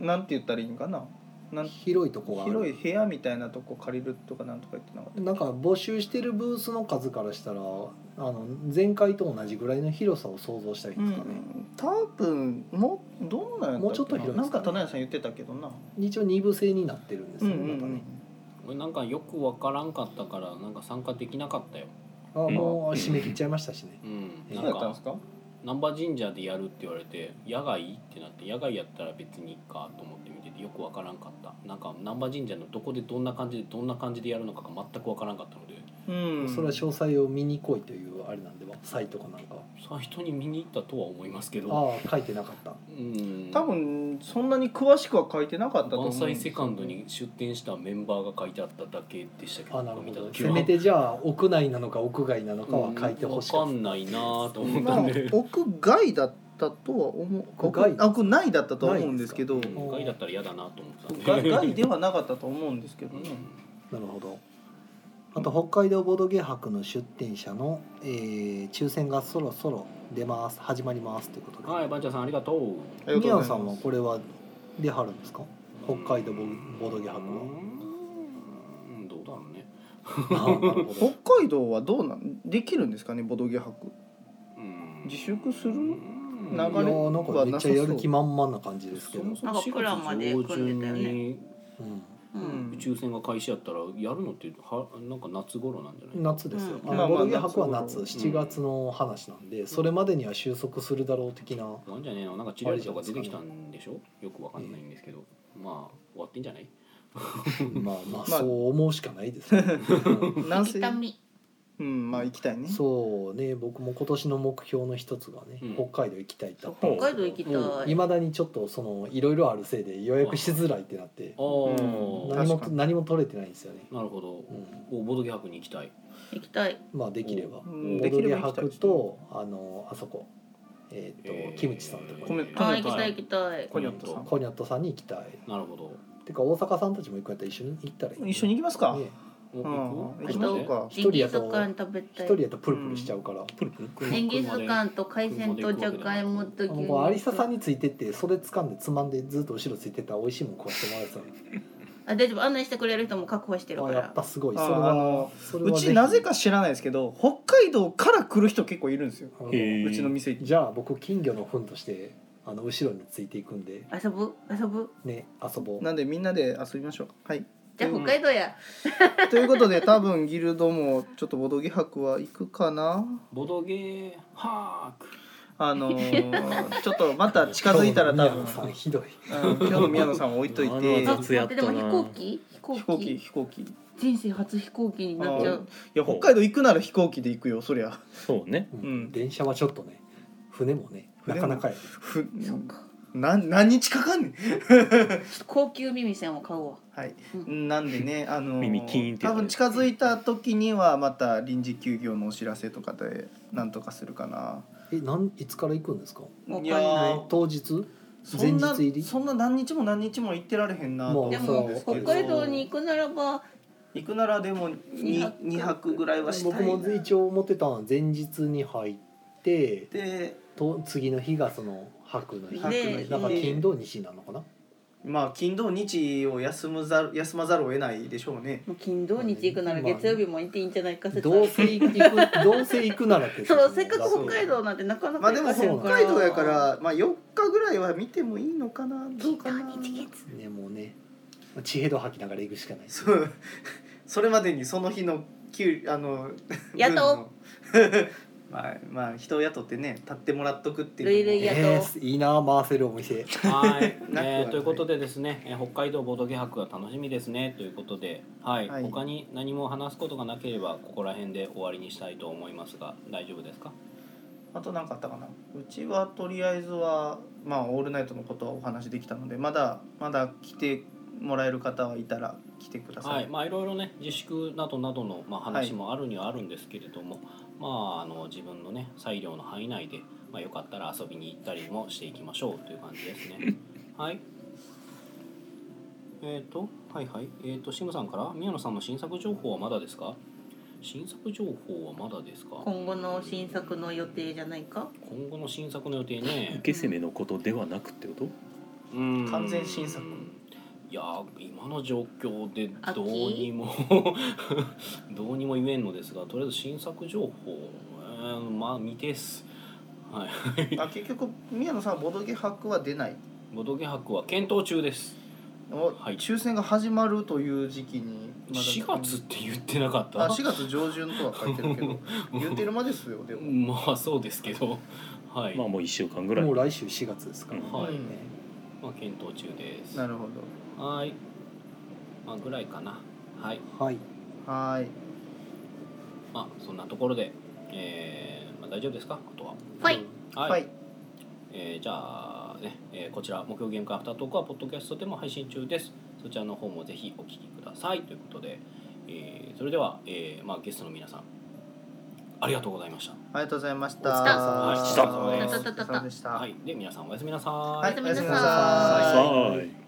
S4: なんて言ったらいいんかななん
S3: 広いとこがある
S4: 広い部屋みたいなとこ借りるとかなんとか言ってなかった
S3: なんか募集してるブースの数からしたらあの前回と同じぐらいの広さを想像したらいいんですかね、
S4: 多分もうどんなやったっけな
S3: もうちょっと広いですかね
S4: なんか棚屋さん言ってたけどな
S3: 一応2部制になってるんです
S4: うん
S3: よ
S4: う
S3: ね、
S4: ん
S3: またね
S2: 俺なんかよくわからんかったからなんか参加できなかったよ
S3: あもう締め切っちゃいましたしね
S2: うんな
S4: う
S2: んん
S4: どうやったん
S2: か
S4: ですか
S2: 難波神社でやるって言われて野外ってなって野外やったら別にいいかと思って見ててよくわからんかったなんか難波神社のどこでどんな感じでどんな感じでやるのかが全くわからんかったので
S4: うん
S3: それは詳細を見に来いというあれなんではサイトかなんか
S2: さあ人に見に行ったとは思いますけど、
S3: ああ書いてなかった
S2: うん、
S4: 多分そんなに詳しくは書いてなかったと思
S2: 関
S4: うんですよ
S2: 西セカンドに出店したメンバーが書いてあっただけでしたけど
S3: あなるほ
S2: 見た
S3: ど
S2: 時
S3: せ
S2: は
S3: めてじゃあ屋内なのか屋外なのかは書いてほしか
S2: わ
S3: っ
S2: か
S3: た、
S2: んないなぁと思っ
S4: ま
S2: た
S4: あ
S2: んで、
S4: 屋外だったとは思う
S3: 屋外
S4: あ屋内だったとは思うんですけど
S2: うん外だったら嫌だなと思ったんで
S4: 外外ではなかったと思うんですけどね
S3: なるほどあと北海道ボードゲー博の出展者の、えー抽選がそろそろ出ます始まりますということで、
S2: はいバンチャーさんありがとう
S4: ありがとう
S3: 宮野
S4: ござい
S3: さん
S4: ま
S3: は
S4: す
S3: これは出はるんですか北海道ボボードゲー博は、
S2: うんどうだろうね
S3: ああなるほど
S4: 北海道はどうなんできるんですかねボドゲ博
S2: うん
S4: 自粛する
S2: うん
S4: 流れ
S3: いやーなんかめっちゃやる気満々な感じですけ
S2: そ
S3: ど、
S2: もそも
S5: なんかプランまで
S2: 4
S5: 組ん
S2: 月
S5: で
S2: 上
S5: たよ
S2: 旬
S5: ね
S2: に
S3: う
S4: う
S5: う
S4: ん
S5: ん
S2: 宇宙船が開始やったらやるのってはなんか夏頃なんじゃない
S3: ん、夏ですよ、
S5: うん
S3: あの
S4: まあまあ
S3: ボードゲー博は夏
S4: 夏
S3: 7月の話なんで、それまでには収束するだろう的な
S2: なんじゃねえのなんか治療薬とか出てきたんでしょよくわかんないんですけど、まあ終わってんじゃない
S3: まあまあ
S4: まあ
S3: そう思うしかないですね、うん
S4: なんせ
S5: 北見
S4: うんまあ行きたいね
S3: そうね僕も今年の目標の一つがね、
S2: うん
S3: 北海道行きたいだった
S1: そう
S5: 北海道行きたい、
S2: うん
S3: いまだにちょっとそのいろいろあるせいで予約しづらいってなって
S2: あー
S4: うん
S3: 何も
S4: 確かに
S3: 何も取れてないんですよね、
S2: なるほど
S3: うん、
S2: おボドゲ博に行きたい
S5: 行きたい
S3: まあできれば
S4: う
S3: ボ
S4: ん
S3: ー
S4: でき
S3: ド
S4: れ
S3: ゲ
S4: ば行きたい
S3: 博
S4: ですね
S3: とあのあそこえーっ、と、キムチさんと
S2: か
S3: こ
S4: コメント
S5: あー
S4: 行き
S5: 行き
S4: た
S5: た
S4: い
S5: い行きたい
S4: コニョットさん
S3: コニャットさんに行きたい
S2: なるほど
S3: てか大阪さんたちも行くんやったら一緒に行ったらいいね、
S4: 一緒に行きますか
S3: ね
S2: お
S4: うん
S2: 行く
S5: あ
S4: 行
S5: と
S4: きましょうか
S5: ジンギスカン食べ
S3: 一
S5: たい
S3: 人やったらプルプルしちゃうから、
S1: プルプルく
S5: ジンギスカンと海鮮とじゃがいもと牛
S3: あのもうアリサさんについてって袖掴んでつまんでずっと後ろついてたら美味しいもん食わしてもらえそう
S5: あ大丈夫案内してくれる人も確保してるか
S3: あやっ
S5: ら
S3: ぱすごい
S4: あ
S3: それ
S4: あ
S3: は
S4: の
S3: それは
S4: う
S3: ぜ
S4: ち
S3: ひ
S4: なぜか知らないですけど北海道から来る人結構いるんですよ
S3: あの
S1: へえ
S4: うちの店に
S3: じゃあ僕金魚の糞としてあの後ろについていくんで
S5: 遊ぶ遊ぶ
S3: ね遊ぼう
S4: なんでみんなで遊びましょうはい
S5: じゃあ北海道や
S4: という [laughs] ことで多分ギルドもちょっとボドゲ博は行くかな
S2: ボドゲハ
S4: [laughs]
S2: ーク
S4: あの [laughs] ーちょっとまた近づいたら多
S3: 今日の宮
S4: 分
S3: 野さんひどい
S4: うん今日の宮野さんを置いといて
S1: あ
S5: あ
S1: 夏や
S5: 待
S1: っ
S5: ったて
S1: な
S5: でも飛行機飛行
S4: 飛
S5: 機
S4: 行機飛行機い
S5: 人生初飛行機になっちゃう
S4: や北海道行くなら飛行機で行くよそりゃ
S1: そうね
S3: うん
S4: うん
S3: 電車はちょっとね船もねな
S4: 船も
S3: かなかや
S4: ふ
S5: そっか
S4: な何日かかんねん
S5: ちょっと高級耳栓を買うわ
S4: はい、
S5: う
S4: なんで
S1: [laughs]
S4: ね、あのー
S1: 耳キーンってや
S4: 多
S1: る
S4: 分近づいた時にはまた臨時休業のお知らせとかでなんとかするかな
S3: えなんいつから行くんですか
S5: わかんない
S4: いやー
S3: 当日
S4: そんな
S3: 前日入り
S4: そんな何日も何日も行ってられへんなと
S3: もう
S5: で
S4: 思うん
S5: も
S4: ですけ
S5: 北
S4: ど
S5: 海道に行くならば
S4: 行くならでも 2,
S5: 二
S4: 泊
S5: 泊
S4: ぐらいはした
S3: 僕
S4: いな
S3: も一応思ってたのは前日に入って
S4: で
S3: と次の日がその白の日
S4: 白の日
S3: だから
S4: で
S3: 金土日なのかな
S4: まあ金土日を休むざる休まざるを得ないでしょうね
S5: もう金土日行くなら月曜日も行っていいんじゃないか説ある
S3: どうせ行くどうせ行くならって
S5: そうせっかく北海道なんてなかな
S4: ま
S5: か
S4: あで
S5: 行
S4: も
S5: かへん
S4: 北海道やからまあ4日ぐらいは見てもいいのかなどう
S5: 金
S4: か
S5: 土
S4: な
S5: 日月
S3: ねもうね地平道吐きながら行くしかない
S4: そう [laughs] それまでにその日の給あの
S5: 雇う
S4: 分の [laughs] まあまあ人を雇ってね立ってもらっとくっていうのも
S5: 類々やっと
S3: えー、いいな回せるお店
S2: はい、
S4: な
S2: え
S4: くはない
S2: ーということでですね、えー北海道ボードゲ博が楽しみですねということで、はい、
S4: はい
S2: 他に何も話すことがなければここら辺で終わりにしたいと思いますが、大丈夫ですか？
S4: あと何かあったかなうちはとりあえずはまあオールナイトのことはお話できたのでまだまだ来てもらえる方はいたら来てくださ、
S2: はいい、まあいろいろね自粛などなどのまあ話もあるにはあるんですけれども、まああの自分のね裁量の範囲内で、まあよかったら遊びに行ったりもしていきましょうという感じですね。はい。えっ、とはいはいえっ、とシムさんから宮野さんの新作情報はまだですか？新作情報はまだですか？
S5: 今後の新作の予定じゃないか
S2: 今後の新作の予定ね
S1: 受け攻めのことではなくってこと
S2: うん
S4: 完全新作
S2: いやー今の状況で
S5: 秋
S2: どうにも [laughs] どうにも言えんのですがとりあえず新作情報、えーまあ未定っすはい
S4: あ結局宮野さんはボドゲ博は出ない
S2: ボドゲ博は検討中です
S4: お
S2: はい
S4: 抽選が始まるという時期にまだ
S2: 4月って言ってなかっ
S4: あ
S2: た
S4: 4月上旬とは書いてるけ
S2: [laughs]
S4: ど言ってるまですよでも、
S2: まあそうですけどはい、ま
S1: まあもう1週間ぐらい
S3: もう来週4月ですから、
S1: うん
S2: はい
S4: うん
S2: あ、検討中です
S4: な
S2: は
S4: るほ
S2: いまあぐらいかなはい
S3: はい
S4: どはーい
S2: まあそんなところで、えーまあ、大丈夫ですかあとは
S5: はい
S2: はい、
S4: はい
S2: えーじゃあね、えーこちら木曜ゲーム会アフタートークはポッドキャストでも配信中ですそちらの方もぜひお聞きくださいということで、えーそれでは、えーまあ、ゲストの皆さんありがとうございまし
S4: ありがとうございまし
S3: お
S4: た。
S5: 疲
S2: れ様でした、
S4: お疲れ様で
S5: たたたた
S4: でしたた。
S2: はい、で皆さんおやすみなさい、
S4: はい、おやすみな
S5: おやすみな
S4: さ
S5: さ
S4: い
S5: い。
S1: さあ